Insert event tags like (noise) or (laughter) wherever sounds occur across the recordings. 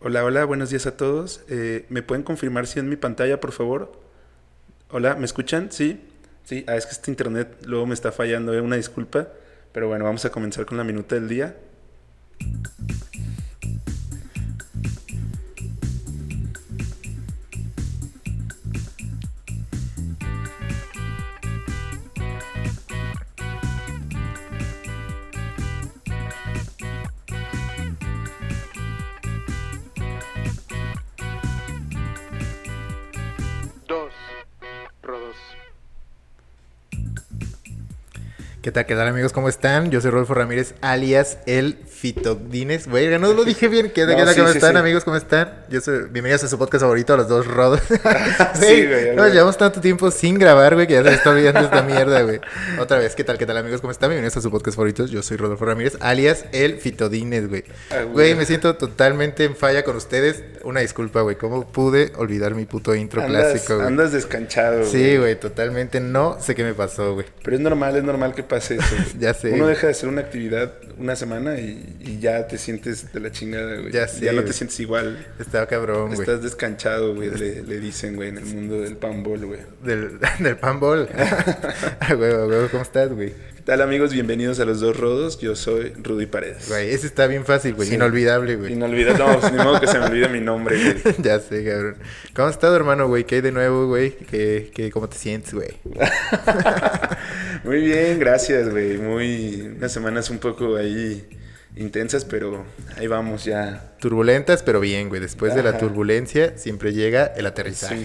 Hola, hola, buenos días a todos. Eh, ¿Me pueden confirmar si en mi pantalla, por favor? Hola, ¿me escuchan? Sí. Sí, ah, es que este internet luego me está fallando, eh, una disculpa. Pero bueno, vamos a comenzar con la minuta del día. Dos Rodos. ¿Qué tal, qué tal, amigos? ¿Cómo están? Yo soy Rodolfo Ramírez, alias El Fitodines. Verga, no lo dije bien. ¿Qué tal, (laughs) No, qué tal, sí, cómo sí, están, sí. amigos? ¿Cómo están? Yo soy... Bienvenidos a su podcast favorito, Los Dos (laughs) Rodos. (laughs) Sí, Güey, güey, no, güey. llevamos tanto tiempo sin grabar, güey, que ya se me está olvidando esta mierda, güey. Otra vez, ¿qué tal, qué tal, amigos? ¿Cómo están? Bienvenidos a su podcast favorito. Yo soy Rodolfo Ramírez, alias El Fitodines, güey. Ah, güey. Güey, me siento totalmente en falla con ustedes. Una disculpa, güey. ¿Cómo pude olvidar mi puto intro Andas, clásico, güey? andas descanchado. Sí, güey, totalmente. No sé qué me pasó, güey. Pero es normal, es normal que pase eso. güey. (laughs) Ya sé, Uno güey. deja de hacer una actividad una semana y, y ya te sientes de la chingada, güey. Ya sé, no te güey. sientes igual. Estaba cabrón, güey. Estás descanchado, güey, le, le dicen, güey, en el mundo del panbol, güey. Del, (laughs) (laughs) del panbol. Ah, güey, güey, ¿cómo estás, güey? ¿Qué tal, amigos? Bienvenidos a Los Dos Rodos. Yo soy Rudy Paredes. Güey, ese está bien fácil, güey. Sí. Inolvidable, Y güey. no olvides, no, pues, ni modo que se me olvide mi nombre, güey. (laughs) ya sé, cabrón. ¿Cómo has estado, hermano, güey? ¿Qué hay de nuevo, güey? ¿Qué, qué, ¿Cómo te sientes, güey? Muy bien, gracias, güey. Muy. Unas semanas un poco ahí intensas, pero ahí vamos ya. Turbulentas, pero bien, güey. Después de la Ajá. turbulencia siempre llega el aterrizaje.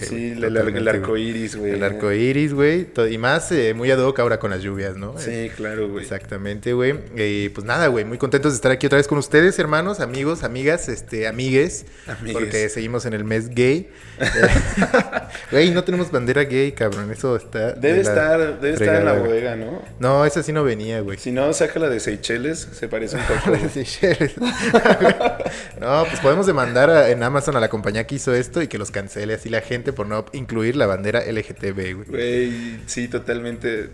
Sí, sí, güey. el, el Totalmente, arco güey. iris, güey. El arco iris, güey. To- Y más eh, muy ad hoc ahora con las lluvias, ¿no? Sí, claro, güey. Exactamente, güey. Eh, pues nada, güey, muy contentos de estar aquí otra vez con ustedes, hermanos, amigos, amigas, este, amigues, Amigues. porque seguimos en el mes gay. Eh, (laughs) Güey, no tenemos bandera gay, cabrón, eso está... de Debe la estar, debe estar en la fregada, güey. bodega, ¿no? No, esa sí no venía, güey. (laughs) Si no, saca la de Seychelles, se parece un poco. güey. Seychelles. (laughs) no, pues podemos demandar a- en Amazon a la compañía que hizo esto y que los cancele así la gente por no incluir la bandera LGTB, güey. Güey, sí, totalmente.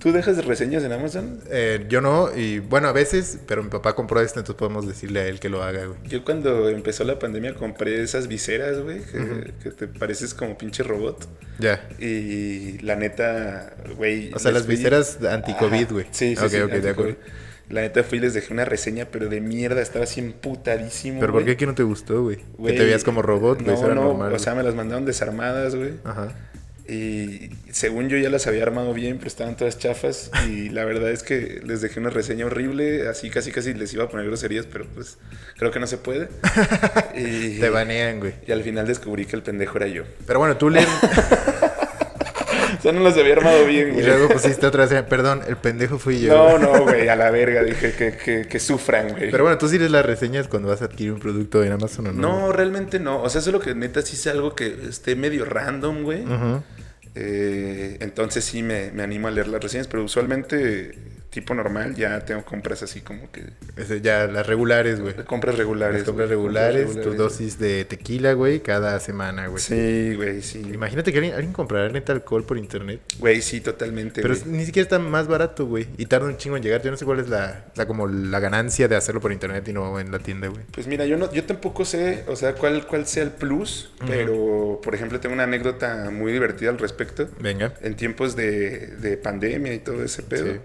¿Tú dejas reseñas en Amazon? Eh, yo no, y bueno, a veces, pero mi papá compró esto, entonces podemos decirle a él que lo haga, güey. Yo cuando empezó la pandemia compré esas viseras, güey, que, que te pareces como pinche robot. Ya. Y la neta, güey. O sea, les las fui- viseras anti-COVID, Ajá. güey. Sí, sí, Ok, sí, ok, de anti-COVID. acuerdo. La neta fui y les dejé una reseña, pero de mierda, estaba así emputadísimo. ¿Pero por qué güey. aquí no te gustó, güey? Que Güey, te veías como robot, güey. No, eso era no, normal. Ah. o sea, me las mandaron desarmadas, güey. güey. Ajá. Y según yo ya las había armado bien, pero estaban todas chafas. (laughs) Y la verdad es que les dejé una reseña horrible. Así casi casi les iba a poner groserías, pero pues creo que no se (laughs) puede. y, Te banean, güey. y al final descubrí que el pendejo era yo. Pero bueno, (laughs) tú lees O sea, no las había armado bien, y güey. luego pusiste otra vez. Perdón, el pendejo fui yo. No, güey. no, güey, a la verga. Dije que, que, que sufran, güey. Pero bueno, tú sí lees las reseñas cuando vas a adquirir un producto en Amazon o no. no, realmente no. O sea, solo que neta sí es algo que esté medio random, güey. Ujú. Eh, entonces sí me, me animo a leer las reseñas, pero usualmente tipo normal ya tengo compras así como que Ese, ya, las regulares, güey. compras regulares. Las compras güey, regulares, compras tu dosis de tequila, güey, cada semana, güey. Sí, güey, sí. Imagínate que alguien, alguien comprará neta alcohol por internet. Güey, sí, totalmente. Pero Este, güey. es- ni siquiera está más barato, güey. Y tarda un chingo en llegar. Yo no sé cuál es la, la como la ganancia de hacerlo por internet y no en la tienda, güey. Pues mira, yo no, yo tampoco sé, o sea, cuál, cuál sea el plus, pero por ejemplo tengo una anécdota muy divertida al respecto. Venga. en tiempos de, de pandemia y todo ese pedo. Sí.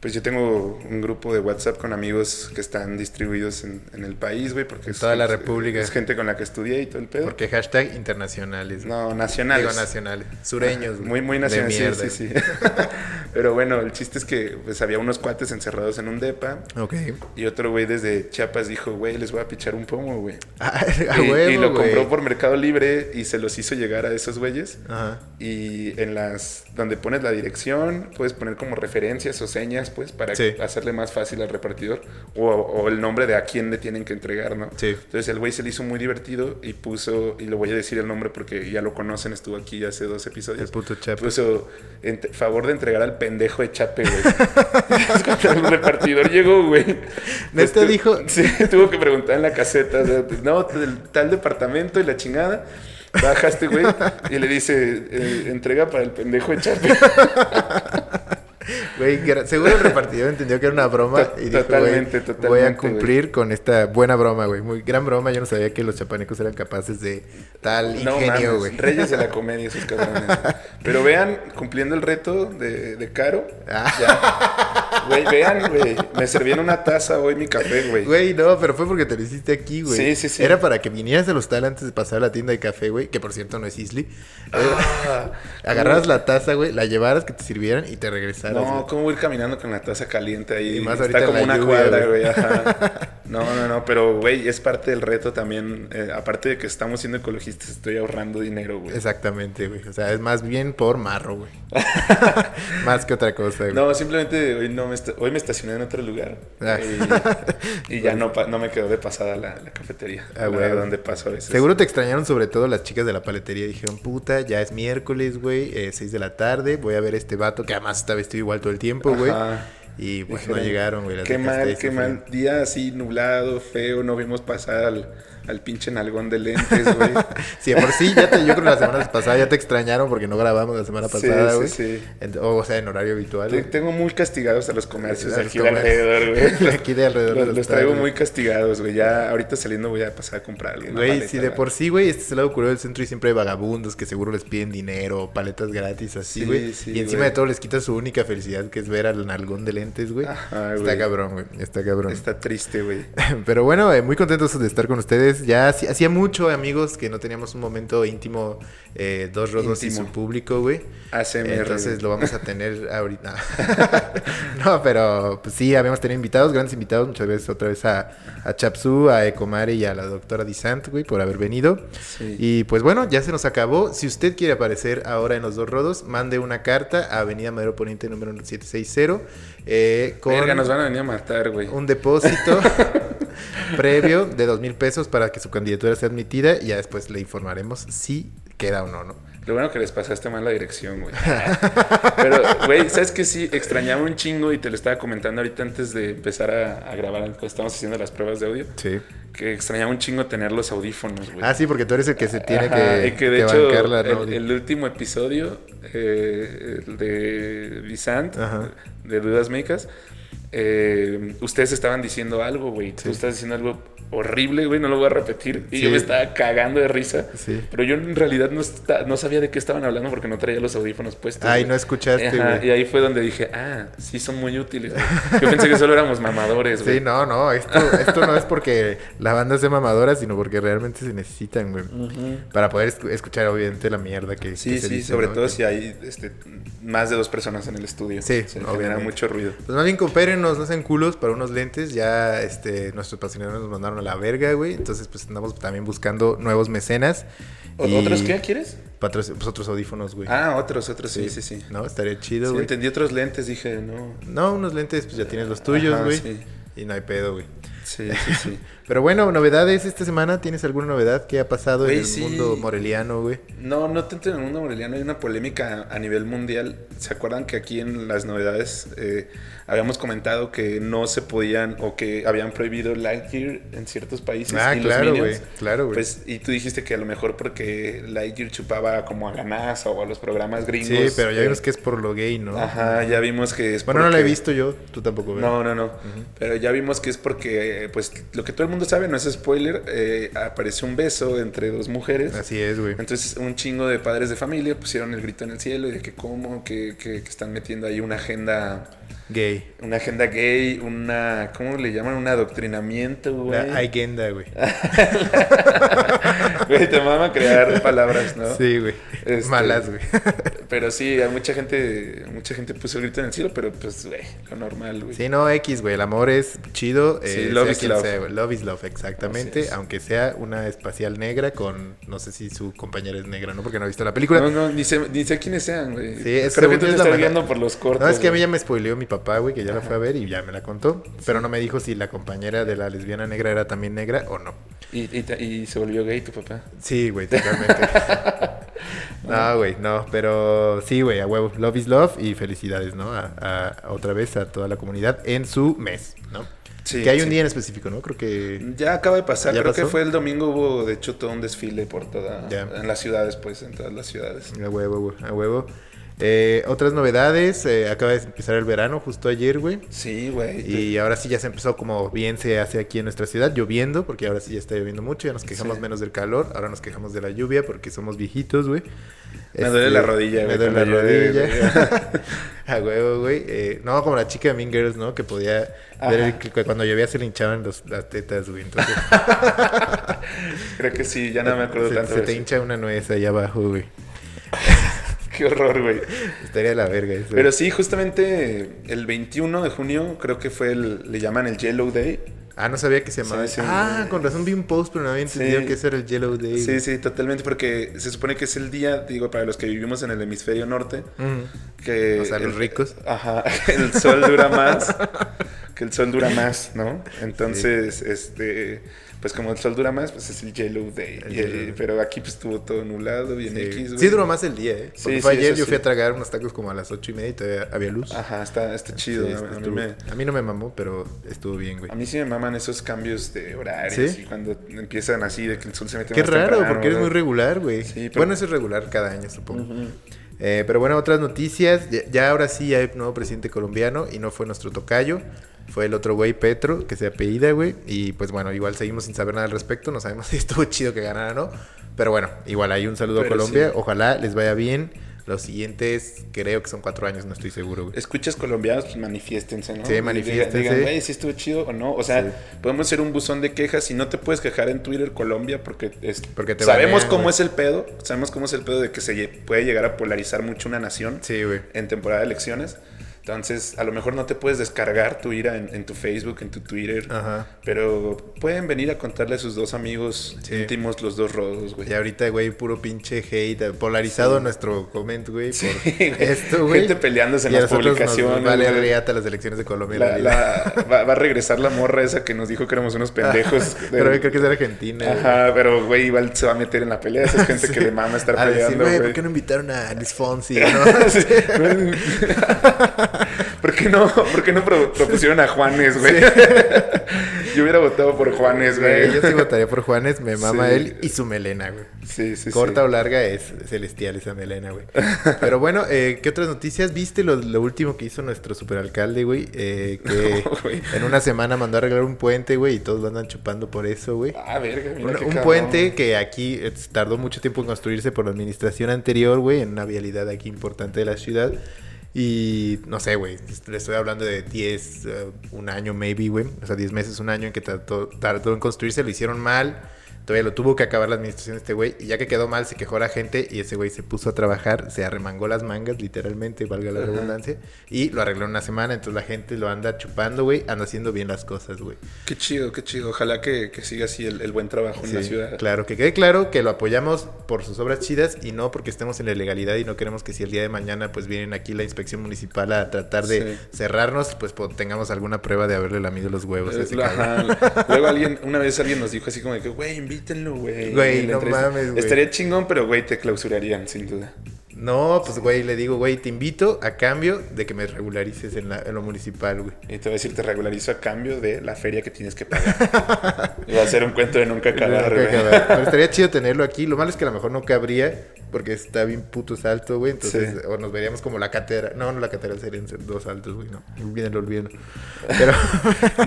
Pues yo tengo un grupo de WhatsApp con amigos que están distribuidos en, en el país, güey, porque En toda la es- república. Es gente con la que estudié y todo el pedo. Porque hashtag internacionales. güey. Eh. No, nacionales. Ah, Digo nacionales. Sureños, güey. Muy, muy De nacionales. sí, mierda, sí, sí. (laughs) Pero bueno, el chiste es que pues, había unos cuates encerrados en un depa güey. Ok. (laughs) y otro güey desde Chiapas dijo, güey, les voy a pichar un pomo, güey. Ah, a y, huevo, y lo güey. compró por Mercado Libre y se los hizo llegar a esos güeyes. Ajá. Y en las donde pones la dirección, puedes poner como referencias o señas, pues, para Sí. hacerle más fácil al repartidor. O, o el nombre de a quién le tienen que entregar, ¿no? Sí. Entonces el güey se le hizo muy divertido y puso, y lo voy a decir el nombre porque ya lo conocen, estuvo aquí hace dos episodios. El puto Chape. Puso en favor de entregar al pendejo de Chape, güey. (laughs) Es cuando el repartidor llegó, güey. Este, Neta tu- dijo- pues, (laughs) Sí, tuvo que preguntar en la caseta. o sea, no, del tal departamento y la chingada. Baja este güey y le dice, eh, entrega para el pendejo de Chape. Güey, gra- seguro el repartidor entendió que era una broma To- y dijo, totalmente, güey, voy totalmente, a cumplir con esta buena broma, güey. Muy gran broma. Yo no sabía que los chapanecos eran capaces de tal No ingenio, mames, güey. reyes de la comedia esos cabrones. Pero vean, cumpliendo el reto de, de Caro, Ah. ya. Güey, vean, güey. Me servían una taza hoy mi café, güey. Güey, no, pero fue porque te lo hiciste aquí, güey. Sí, sí, sí. Era para que vinieras al hostal antes de pasar a la tienda de café, güey, que por cierto no es Isli. Ah. Agarraras la taza, güey, la llevaras, que te sirvieran y te regresaras. No, güey. ¿cómo voy a ir caminando con la taza caliente ahí? Y más Está ahorita en como la una lluvia, cuadra, güey. güey. (laughs) ajá. No, no, no, pero güey, es parte del reto también. Eh, aparte de que estamos siendo ecologistas, estoy ahorrando dinero, güey. Exactamente, güey. O sea, es más bien por (laughs) marro, güey. más que otra cosa, güey. No, simplemente hoy no me esta- hoy me estacioné en otro lugar Ah. (laughs) y, y ya no, pa- no me quedó de pasada la, la cafetería. Ah, la güey. donde paso a veces. Seguro te extrañaron sobre todo las chicas de la paletería. Dijeron, puta, ya es miércoles, güey, 6 de la tarde, voy a ver a este vato que además está vestido igual todo el tiempo, pues, güey. Ajá. Y pues no Dijeron, llegaron, güey. las Qué dejaste ahí mal, qué sufriendo. mal. Día así nublado, feo, no vimos pasar al, al pinche nalgón de lentes, (laughs) güey. Sí, de por sí, ya te, yo creo que la semana pasada ya te extrañaron porque no grabamos la semana Sí, pasada, sí, güey. sí. Ent- O, o sea, en horario habitual. Te- güey. Tengo muy castigados a los comercios A los aquí comercios. de alrededor, güey. (laughs) Aquí de alrededor Los, de los los traigo padres. muy castigados, güey. Ya ahorita saliendo voy a pasar a comprar algo. una Güey, paleta, si de por sí, güey, este es el lado curioso del centro y siempre hay vagabundos que seguro les piden dinero, paletas gratis, así, Sí, güey. sí, y encima güey. de todo les quita su única felicidad, que es ver al nalgón de lentes, güey. Ajá, Está Ah, güey. cabrón, güey. Está cabrón. Está triste, güey. (laughs) Pero bueno, eh, muy contentos de estar con ustedes. Ya haci- hacía mucho, amigos, que no teníamos un momento íntimo, eh, dos rodos y Íntimo. su público, güey. ASMR. Entonces lo vamos a tener ahorita. (laughs) no, pero pues, sí, habíamos tenido invitados, grandes invitados. Muchas gracias otra vez a, a Chapsu, a Ecomare y a la doctora Disant, güey, por haber venido. Sí. Y pues bueno, ya se nos acabó. Si usted quiere aparecer ahora en los dos rodos, mande una carta a Avenida Madero Poniente número 760. eh, con Verga, nos van a venir a matar, güey. un depósito (laughs) previo de dos mil pesos para que su candidatura sea admitida y ya después le informaremos si queda o no, ¿no? Lo bueno que les pasaste mal la dirección, (laughs) güey. Pero, güey, ¿sabes qué? Sí, extrañaba un chingo y te lo estaba comentando ahorita antes de empezar a, a grabar. cuando Estábamos haciendo las pruebas de audio. Sí. Que extrañaba un chingo tener los audífonos, güey. Ah, sí, porque tú eres el que se tiene Ajá, que, y que de que hecho, bancar la el- Audi. el, último episodio eh, el de Visant, Ajá. de Dudas Mecas, ustedes estaban diciendo algo, güey. Tú estás diciendo algo horrible, güey, no lo voy a repetir. Y Sí. yo me estaba cagando de risa. Sí. Pero yo en realidad no, esta- no sabía de qué estaban hablando porque no traía los audífonos puestos. Ay, güey. no escuchaste, Ajá, güey. Y ahí fue donde dije, ah, sí son muy útiles. güey. Yo pensé que solo éramos mamadores, güey. Sí, no, no, esto, esto no es porque la banda sea mamadora, sino porque realmente se necesitan, güey. Para poder escu- escuchar, obviamente, la mierda que, Mm. Sí, que se sí, dice, sobre ¿no? todo Que- si hay este, más de dos personas en el estudio. Sí, Se genera obviamente. mucho ruido. Pues más bien compérenos, no sean culos para unos lentes. Ya este, nuestros patrocinadores nos mandaron a la verga, güey. Entonces, pues andamos también buscando nuevos mecenas. ¿O- y ¿Otros qué quieres? patroci- pues, otros audífonos, güey. Ah, otros, otros, sí, sí, sí. No, estaría Sí, chido, güey. entendí otros lentes, dije, no. no, unos lentes, pues ya tienes los tuyos, Ajá, güey. sí. Y no hay pedo, güey. Sí, (laughs) sí, sí. Pero bueno, novedades esta semana. ¿Tienes alguna novedad que ha pasado Güey, en el sí. mundo moreliano, güey? No, no tanto en el mundo moreliano, hay una polémica a nivel mundial. ¿Se acuerdan que aquí en las novedades eh, habíamos comentado que no se podían o que habían prohibido Lightyear en ciertos países? Ah, y los claro, Minions? güey. Claro, güey. Pues, y tú dijiste que a lo mejor porque Lightyear chupaba como a la NASA o a los programas gringos. sí, pero ya eh, vimos que es por lo gay, ¿no? Ajá, ya vimos que es Bueno, no la he porque- visto yo. Tú tampoco, güey. No, no, no. Pero ya vimos que es porque, eh, pues, lo que todo el mundo sabe, no es spoiler, eh, apareció un beso entre dos mujeres. Así es, Ah, güey. Entonces, un chingo de padres de familia pusieron el grito en el cielo y de que cómo, que, que- que están metiendo ahí una agenda, Gay. una agenda gay, una, ¿cómo le llaman? Un adoctrinamiento, güey. Ah, La agenda, güey. (laughs) Güey, te mama crear palabras, ¿no? Sí, güey. Este- Malas, güey. Pero sí, hay mucha gente, mucha gente puso el grito en el cielo, pero pues, güey, lo normal, güey. Sí, no, X, güey. El amor es chido. Sí, eh, love sea is quien love. sea, güey. love is love, exactamente. Así es. Aunque sea una espacial negra con... No sé si su compañera es negra, ¿no? Porque no he visto la película. No, No, no, ni sé, ni sé quiénes sean, güey. Sí, es- Creo que según tú te yo es la estás manera- guiando por los cortos. es que a mí güey. ya me spoileó mi papá, güey, que ya la fue a ver y ya me la contó. Pero no me dijo si la compañera de la lesbiana negra era también negra o no. Y, y te- y se volvió gay tu papá. Sí, (laughs) güey, totalmente. no, güey, no, pero sí, güey, a huevo. Love is love y felicidades, ¿no? A, a- a otra vez a toda la comunidad en su mes, ¿no? Sí, que hay un sí. día en específico, ¿no? Creo que... Ya acaba de pasar, ¿Ya creo que pasó? fue el domingo, hubo de hecho todo un desfile por toda, Ya. en las ciudades, pues, en todas las ciudades. A huevo, güey, a huevo. Eh, otras novedades, eh, acaba de empezar el verano justo ayer, güey. Sí, güey. Y ahora sí ya se empezó como bien se hace aquí en nuestra ciudad, lloviendo, porque ahora sí ya está lloviendo mucho, ya nos quejamos Sí. menos del calor, ahora nos quejamos de la lluvia porque somos viejitos, güey. Este, Me duele la rodilla, Me güey, duele la cuando llueve, rodilla. (laughs) A huevo, güey. Eh, no, como la chica de Mean Girls, ¿no? Que podía ver el- Ajá. que cuando llovía se le hinchaban los- las tetas, güey. Entonces, Creo que sí, (laughs) ya no me acuerdo se, tanto. se pero te sí. hincha una nuez ahí abajo, güey. Qué horror, güey. Estaría de la verga eso. Pero sí, justamente el 21 de junio creo que fue el, le llaman el Yellow Day. Ah, no sabía que se llamaba. Sí, sí. ah, con razón vi un post, pero no había entendido Sí. que ese era el Yellow Day. Sí, sí, totalmente, porque se supone que es el día, digo, para los que vivimos en el hemisferio norte, Ujú. que... O sea, los Eh, el- ricos. Ajá, (laughs) el sol dura (laughs) más, que el sol dura más, ¿no? Entonces, este, pues como el sol dura más, pues es el Yellow Day. El Y el- Yellow Day. pero aquí pues estuvo todo nublado, bien Sí. X, güey. Sí, duró más el día, ¿eh? Porque Sí, fue sí, ayer, eso yo fui sí. a tragar unos tacos como a las ocho y media y todavía había luz. Ajá, está, está Ah, chido. Sí, a- a, mí estuvo- me- a mí no me mamó, pero estuvo bien, güey. a mí sí me maman esos cambios de horarios ¿Sí? y cuando empiezan así de que el sol se mete Qué más raro, temprano, porque eres muy ¿verdad? regular, güey. Sí, pero- Bueno, eso es regular cada año, supongo. Ujú. Eh, pero bueno, otras noticias. Ya, ya ahora sí hay nuevo presidente colombiano y no fue nuestro tocayo. Fue el otro güey, Petro, que se apellida, güey. Y pues bueno, igual seguimos sin saber nada al respecto. No sabemos (laughs) si estuvo chido que ganara o no. Pero bueno, igual ahí un saludo a Pero Colombia. sí. Ojalá les vaya bien. Los siguientes, creo que son cuatro años, no estoy seguro, güey. Escuchas colombianos, pues manifiéstense, ¿no? Sí, Y manifiéstense. Digan, digan, güey, si estuvo chido o no. O sea, Sí. podemos ser un buzón de quejas y no te puedes quejar en Twitter Colombia porque, es- Porque te sabemos banean, cómo güey. es el pedo, sabemos cómo es el pedo de que se lle- puede llegar a polarizar mucho una nación Sí, güey. en temporada de elecciones. Entonces, a lo mejor no te puedes descargar tu ira en, en tu Facebook, en tu Twitter. Ajá. Pero pueden venir a contarle a sus dos amigos Sí. íntimos, los dos rodos, güey. Y ahorita, güey, puro pinche hate. Polarizado nuestro comment, güey. Por güey. esto, güey. Gente peleándose en Y a las nosotros nos publicaciones, Vale güey. reata las elecciones de Colombia. en La- realidad. la- va, va a regresar la morra esa que nos dijo que éramos unos (laughs) pendejos. del- Pero creo que es de Argentina. güey. Ajá, pero güey, igual se va a meter en la pelea. Esa es gente (laughs) Sí. que le mama estar A decir, peleando, "Güey, güey. ¿Por (laughs) qué no invitaron a Luis Fonsi? Sí. (laughs) ¿Por qué no? ¿Por qué no pro- propusieron a Juanes, güey? (laughs) Yo hubiera votado por Juanes, Güey, güey. yo sí votaría por Juanes, me mama Sí. él y su melena, güey. (laughs) Sí, sí, Corta sí. o larga es celestial esa (laughs) melena, güey. Pero bueno, eh, ¿qué otras noticias? ¿Viste lo, lo último que hizo nuestro superalcalde, güey? Eh, que (laughs) No, güey. en una semana mandó a arreglar un puente, güey, y todos lo andan chupando por eso, güey. Ah, verga, mira Un, qué un cabrón. puente que aquí eh, tardó mucho tiempo en construirse por la administración anterior, güey, en una vialidad aquí importante de la ciudad. Y no sé, güey, est- le estoy hablando de 10, eh, un año maybe, güey. O sea, 10 meses, un año en que tardó, tardó en construirse, lo hicieron mal. Todavía lo tuvo que acabar la administración este güey. Y ya que quedó mal, se quejó la gente y ese güey se puso a trabajar, se arremangó las mangas, literalmente, valga la Ajá. redundancia. Y lo arregló en una semana, entonces la gente lo anda chupando, güey, anda haciendo bien las cosas, güey. Qué chido, qué chido. Ojalá que, que siga así el, el buen trabajo en la Sí, ciudad. Claro, que quede claro que lo apoyamos por sus obras chidas y no porque estemos en la ilegalidad y no queremos que si el día de mañana pues vienen aquí la inspección municipal a tratar de Sí. cerrarnos, pues po- tengamos alguna prueba de haberle lamido los huevos. a Eh, ese lo- pues, cabrón. (laughs) ajá. Luego alguien, una vez alguien nos dijo así como de que, güey, invítenlo, güey. Güey, Y le no entres- mames, güey. Estaría chingón, pero güey, te clausurarían, sin duda. No, pues güey, le digo, güey, te invito a cambio de que me regularices en, la- en lo municipal, güey. Y te voy a decir, te regularizo a cambio de la feria que tienes que pagar. (laughs) Y va a ser un cuento de nunca acabar, Pero güey. estaría chido tenerlo aquí. Lo malo es que a lo mejor no cabría porque está bien putos alto, güey. Entonces, Sí. o nos veríamos como la catedral. No, no la catedral serían dos altos, güey. No, olvídenlo, olvídenlo. Pero...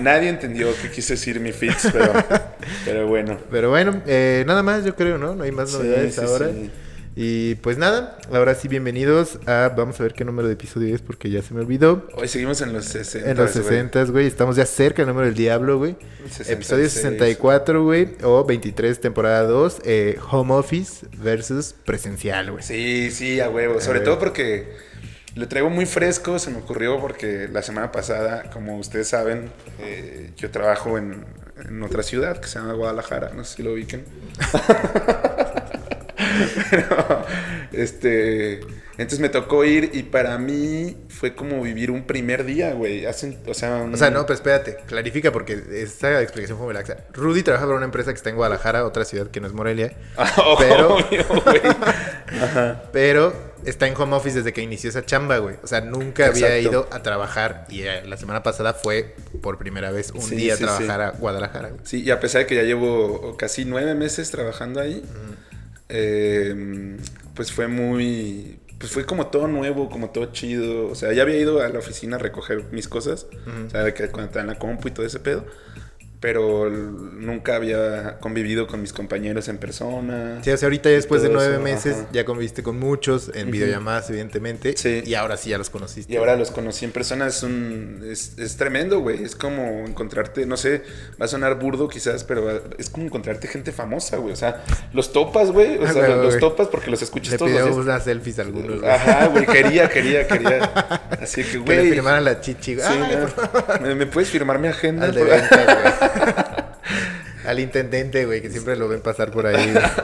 (laughs) Nadie entendió qué quiso decir mi fix, pero, pero bueno. Pero bueno, eh, nada más yo creo, ¿no? No hay más Sí, novedades sí, ahora. sí. Y pues nada, ahora sí, bienvenidos a... Vamos a ver qué número de episodio es porque ya se me olvidó. Hoy seguimos en los 60. en los güey. 60, güey. Estamos ya cerca del número del diablo, güey. 66. Episodio 64, güey. O 23, temporada 2. eh, home office versus presencial, güey. Sí, sí, a huevo. Sobre todo porque lo traigo muy fresco, se me ocurrió porque la semana pasada, como ustedes saben, eh, yo trabajo en, en otra ciudad que se llama Guadalajara, no sé si lo ubiquen. (laughs) Pero, este, entonces me tocó ir y para mí fue como vivir un primer día, güey. Hacen, o sea, un- O sea, no, (laughs) pero espérate, clarifica porque esta explicación fue muy laxa. Rudy trabaja para una empresa que está en Guadalajara, otra ciudad que no es Morelia. Ojo, pero- Ah, güey. Ajá. Pero está en home office desde que inició esa chamba, güey. O sea, nunca había Exacto. ido a trabajar. Y eh, la semana pasada fue por primera vez un Sí, día a sí, trabajar a Guadalajara. güey. Sí, y a pesar de que ya llevo casi nueve meses trabajando ahí, eh, pues fue em, muy, pues fue como todo nuevo, como todo chido. O sea, ya había ido a la oficina a recoger mis cosas. O sea, de que cuando estaba en la compu y todo ese pedo. Pero l- nunca había convivido con mis compañeros en persona. Sí, o sea, ahorita ya después de Todo nueve eso, meses ajá. ya conviviste con muchos en Ujú. videollamadas, evidentemente. Sí. Y ahora sí ya los conociste. Y ahora los conocí en persona, es un... Es, es tremendo, güey. Es como encontrarte, no sé, va a sonar burdo quizás, pero va- es como encontrarte gente famosa, güey. O sea, los topas, güey. O Ah, sea, güey, los güey. topas porque los escuchas Le todos los pidió días. unas selfies a algunos. güey. Ajá, güey, quería, quería, (laughs) quería. Así que, Que le güey. firmaran la chichi. sí, Ay, no. por favor. ¿Me, me puedes firmar mi agenda? Al de por- ventas, güey. (laughs) Al intendente, güey, que siempre lo ven pasar por ahí. güey. (laughs)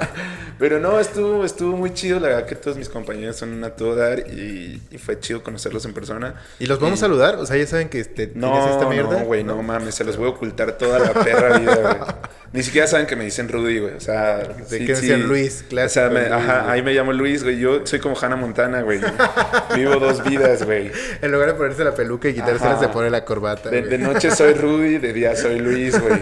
Pero no, estuvo, estuvo muy chido. La verdad que todos mis compañeros son una todo dar y, y fue chido conocerlos en persona. ¿Y los vamos a saludar? O sea, ya saben que este, tienes No, esta mierda. no, güey, no mames, se los voy a ocultar toda la perra vida, güey. (laughs) Ni siquiera saben que me dicen Rudy, güey. O sea, que me decían Luis, clásico O sea, me- Luis, ajá, güey. ahí me llamo Luis, güey. Yo soy como Hannah Montana, (laughs) güey. Vivo dos vidas, güey. En lugar de ponerse la peluca y quitársela, Ajá. se pone la corbata. De, güey. de noche soy Rudy, de día soy Luis, güey.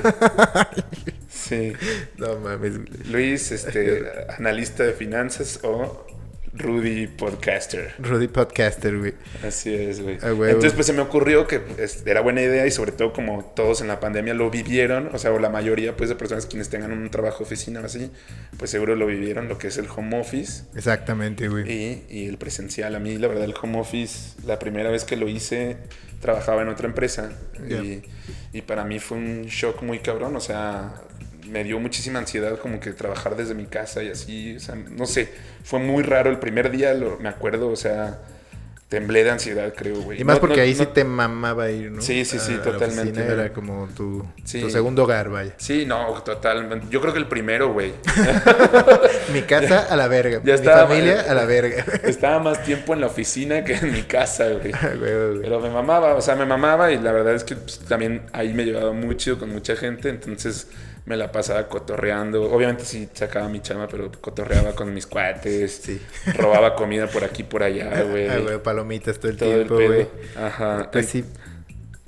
Sí. (laughs) No mames. güey. Luis, este, analista de finanzas o Rudy Podcaster. Rudy Podcaster, güey. Así es, güey. Ah, güey, Entonces, güey. pues se me ocurrió que pues, era buena idea y sobre todo como todos en la pandemia lo vivieron, o sea, o la mayoría pues de personas quienes tengan un trabajo de oficina o así, pues seguro lo vivieron, lo que es el home office Exactamente, güey. y, y el presencial. A mí, la verdad, el home office, la primera vez que lo hice, trabajaba en otra empresa Ya. y, y para mí fue un shock muy cabrón, o sea... Me dio muchísima ansiedad como que trabajar desde mi casa y así, o sea, no sé, fue muy raro el primer día, lo- me acuerdo, o sea, temblé de ansiedad, creo, güey. Y más No- porque no- ahí sí no- te mamaba ir, ¿no? Sí, sí, sí, A la totalmente. oficina Era como tu, Sí. tu segundo hogar, vaya. Sí, no, totalmente. Yo creo que el primero, (laughs) güey. Mi casa a la verga. Ya Mi estaba, familia güey. Este, a la verga. (laughs) (laughs) Estaba más tiempo en la oficina que en mi casa, güey. Ah, güey, güey. Pero me mamaba, o sea, me mamaba y la verdad es que pues, también ahí me llevaba muy chido con mucha gente, entonces me la pasaba cotorreando. Obviamente sí sacaba mi chama, pero cotorreaba con mis cuates. Sí. Robaba comida por aquí, por allá, güey. (laughs) Ah, güey, palomitas todo el Todo el tiempo, pedo. güey. Ajá. Pues sí.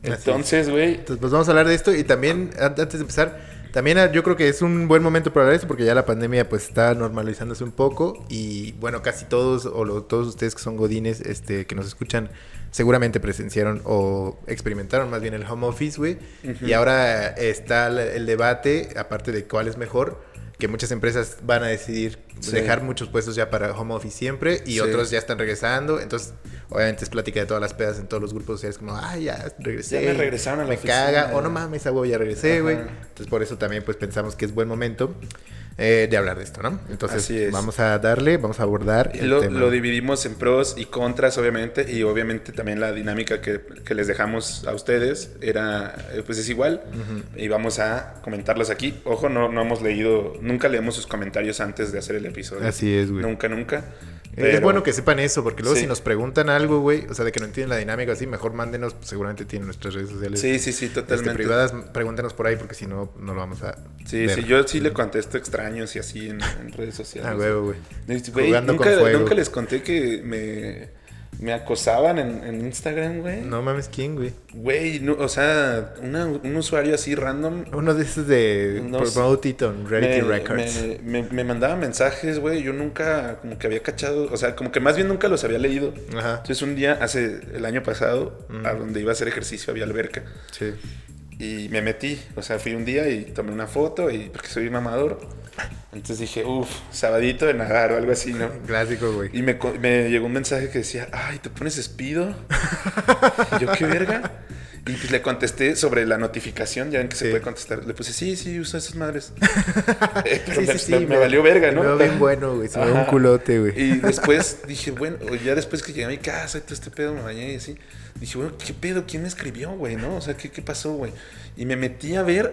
Así es. Entonces, güey, Entonces, pues vamos a hablar de esto y también, an- antes de empezar, también ah, yo creo que es un buen momento para hablar de esto porque ya la pandemia pues está normalizándose un poco y bueno, casi todos o lo- todos ustedes que son godines este, que nos escuchan seguramente presenciaron o experimentaron más bien el home office, güey. Y ahora está la- el debate, aparte de cuál es mejor, que muchas empresas van a decidir Sí. dejar muchos puestos ya para home office siempre y Sí. otros ya están regresando. Entonces, obviamente es plática de todas las pedas en todos los grupos sociales como, ah, ya regresé. Ya me regresaron a la Me oficina". caga. O no mames, a huevo ya regresé, Ajá. güey. Entonces, por eso también pues pensamos que es buen momento eh, de hablar de esto, ¿no? Entonces, Así es. vamos a darle, vamos a abordar el Lo, tema. lo dividimos en pros y contras, obviamente, y obviamente también la dinámica que, que les dejamos a ustedes era, eh, pues es igual, y vamos a comentarlos aquí. Ojo, no, no hemos leído, nunca leemos sus comentarios antes de hacer el episodio. Así es, güey. Nunca, nunca. Eh, Es pero- bueno que sepan eso, porque luego Sí. si nos preguntan algo, güey, o sea, de que no entienden la dinámica o así, mejor mándenos, pues, seguramente tienen nuestras redes sociales Sí, sí, sí, este, totalmente. privadas, pregúntenos por ahí, porque si no, no lo vamos a Sí, ver. sí, yo sí le contesto extraños y así en, en redes sociales. Este, A huevo, Ah, güey. Güey, Jugando con nunca, fuego. nunca les conté que me, me acosaban en, en Instagram, güey. No mames, ¿quién, güey? Güey, no, o sea, una- un usuario así random Uno de esos de No sé. Promote It on Rarity me, Records. Me, me- me mandaba mensajes, güey. Yo nunca, como que había cachado, o sea, como que más bien nunca los había leído. Ajá. Entonces, un día, hace el año pasado, a donde iba a hacer ejercicio, había alberca. Sí. Y me metí, o sea, fui un día y tomé una foto, y porque soy mamador. Entonces dije, uff, sabadito de nadar o algo así, ¿no? Clásico, güey. Y me, co- me llegó un mensaje que decía, ay, ¿te pones espido? Y yo, qué verga. Y pues le contesté sobre la notificación, ya ven que se Sí. puede contestar. Le puse, sí, sí, uso esas (laughs) madres. Eh, pero Sí, me, sí, sí, me- me valió verga, Me ¿no? veo bien bueno, güey. Se me ve un Ajá. culote, güey. Y después dije, bueno, o ya después que llegué a mi casa y todo este pedo, me bañé y así. Dije, bueno, ¿qué pedo? ¿Quién me escribió, güey? ¿No? O sea, ¿qué, qué pasó, güey? Y me metí a ver.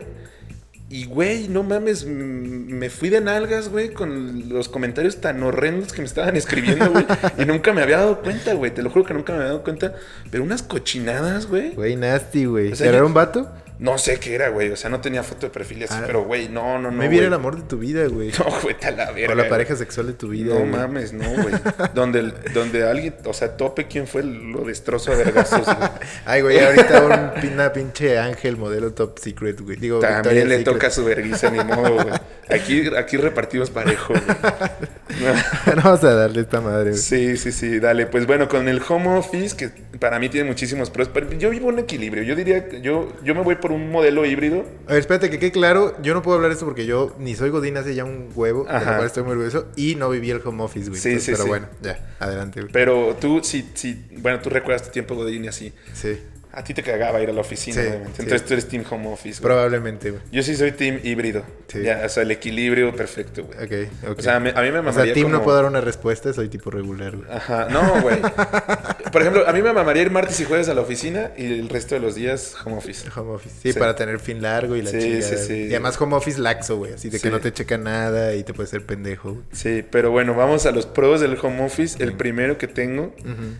Y, güey, no mames, m- me fui de nalgas, güey, con los comentarios tan horrendos que me estaban escribiendo, (laughs) güey. y nunca me había dado cuenta, güey. Te lo juro que nunca me había dado cuenta. Pero unas cochinadas, güey. Güey, nasty, güey. O sea, ¿Pero yo- era un vato? No sé qué era, güey. O sea, no tenía foto de perfil y así, Ah. pero, güey, no, no, no. me viene el güey. amor de tu vida, güey. (laughs) No, güey, a la verga. o la güey. pareja sexual de tu vida. No güey. mames, no, (laughs) güey. donde, donde alguien, o sea, tope quién fue, lo destrozo a vergazos, (laughs) güey. Ay, güey, ahorita un, pin- una pinche ángel modelo top secret, güey. Digo, Victoria's También le Secret. toca su vergüenza, ni modo, (laughs) güey. Aquí, aquí repartimos parejo, (laughs) güey. no vas a darle esta madre, güey. Sí, sí, sí, dale. Pues bueno, con el home office, que para mí tiene muchísimos pros, pero yo vivo un equilibrio. Yo diría, que yo, yo me voy por un modelo híbrido. A ver, espérate, que quede claro, yo no puedo hablar de esto porque yo ni soy Godín hace ya un huevo, de Ajá. lo cual estoy muy orgulloso, y no viví el home office, güey. Sí, Entonces, sí, pero sí. bueno, ya, adelante, güey. Pero tú, sí, sí, bueno, tú recuerdas tu tiempo, Godín, y así. Sí, A ti te cagaba ir a la oficina, Sí, obviamente. sí. Entonces tú eres team home office. güey. probablemente, güey. Yo sí soy team híbrido. Sí. Ya, o sea, el equilibrio perfecto, güey. Ok, ok. O sea, me- a mí me O sea, mamaría Tim no como- Ah. puedo dar una respuesta, soy tipo regular, güey. Ajá, no, güey. Por ejemplo, a mí me mamaría ir martes y jueves a la oficina y el resto de los días home office. Home office. Sí, Sí. para tener fin largo y la Sí, chingada, sí, güey. sí. Y además home office laxo, güey. Así Sí. de Ah, que no te checa nada y te puedes ser pendejo. güey. Sí, pero bueno, vamos a los pros del home office. El primero que tengo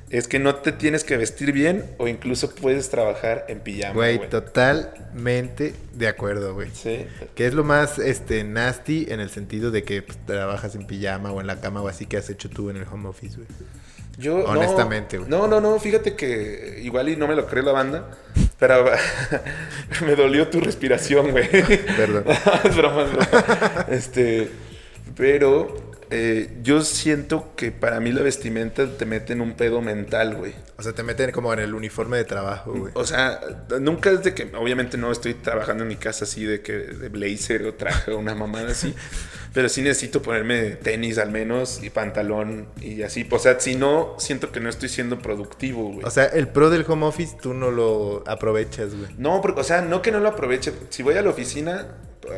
es que no te tienes que vestir bien o incluso puedes trabajar en pijama. Güey, Güey, totalmente de acuerdo, güey. Sí. Que es lo más este, nasty en el sentido de que pues, trabajas en pijama o en la cama o así que has hecho tú en el home office, güey. Yo, Honestamente, güey. No, no, no, fíjate que igual y no me lo cree la banda, pero (laughs) me dolió tu respiración, güey. (laughs) Perdón. es broma, es broma. Este, pero eh, yo siento que para mí la vestimenta te mete en un pedo mental, güey. O sea, te meten como en el uniforme de trabajo, güey. O sea, nunca es de que, obviamente no estoy trabajando en mi casa así de que de blazer o traje o una mamada (laughs) así, pero sí necesito ponerme tenis al menos y pantalón y así. O sea, si no, siento que no estoy siendo productivo, güey. O sea, el pro del home office tú no lo aprovechas, güey. no, porque, o sea, no que no lo aproveche. Si voy a la oficina,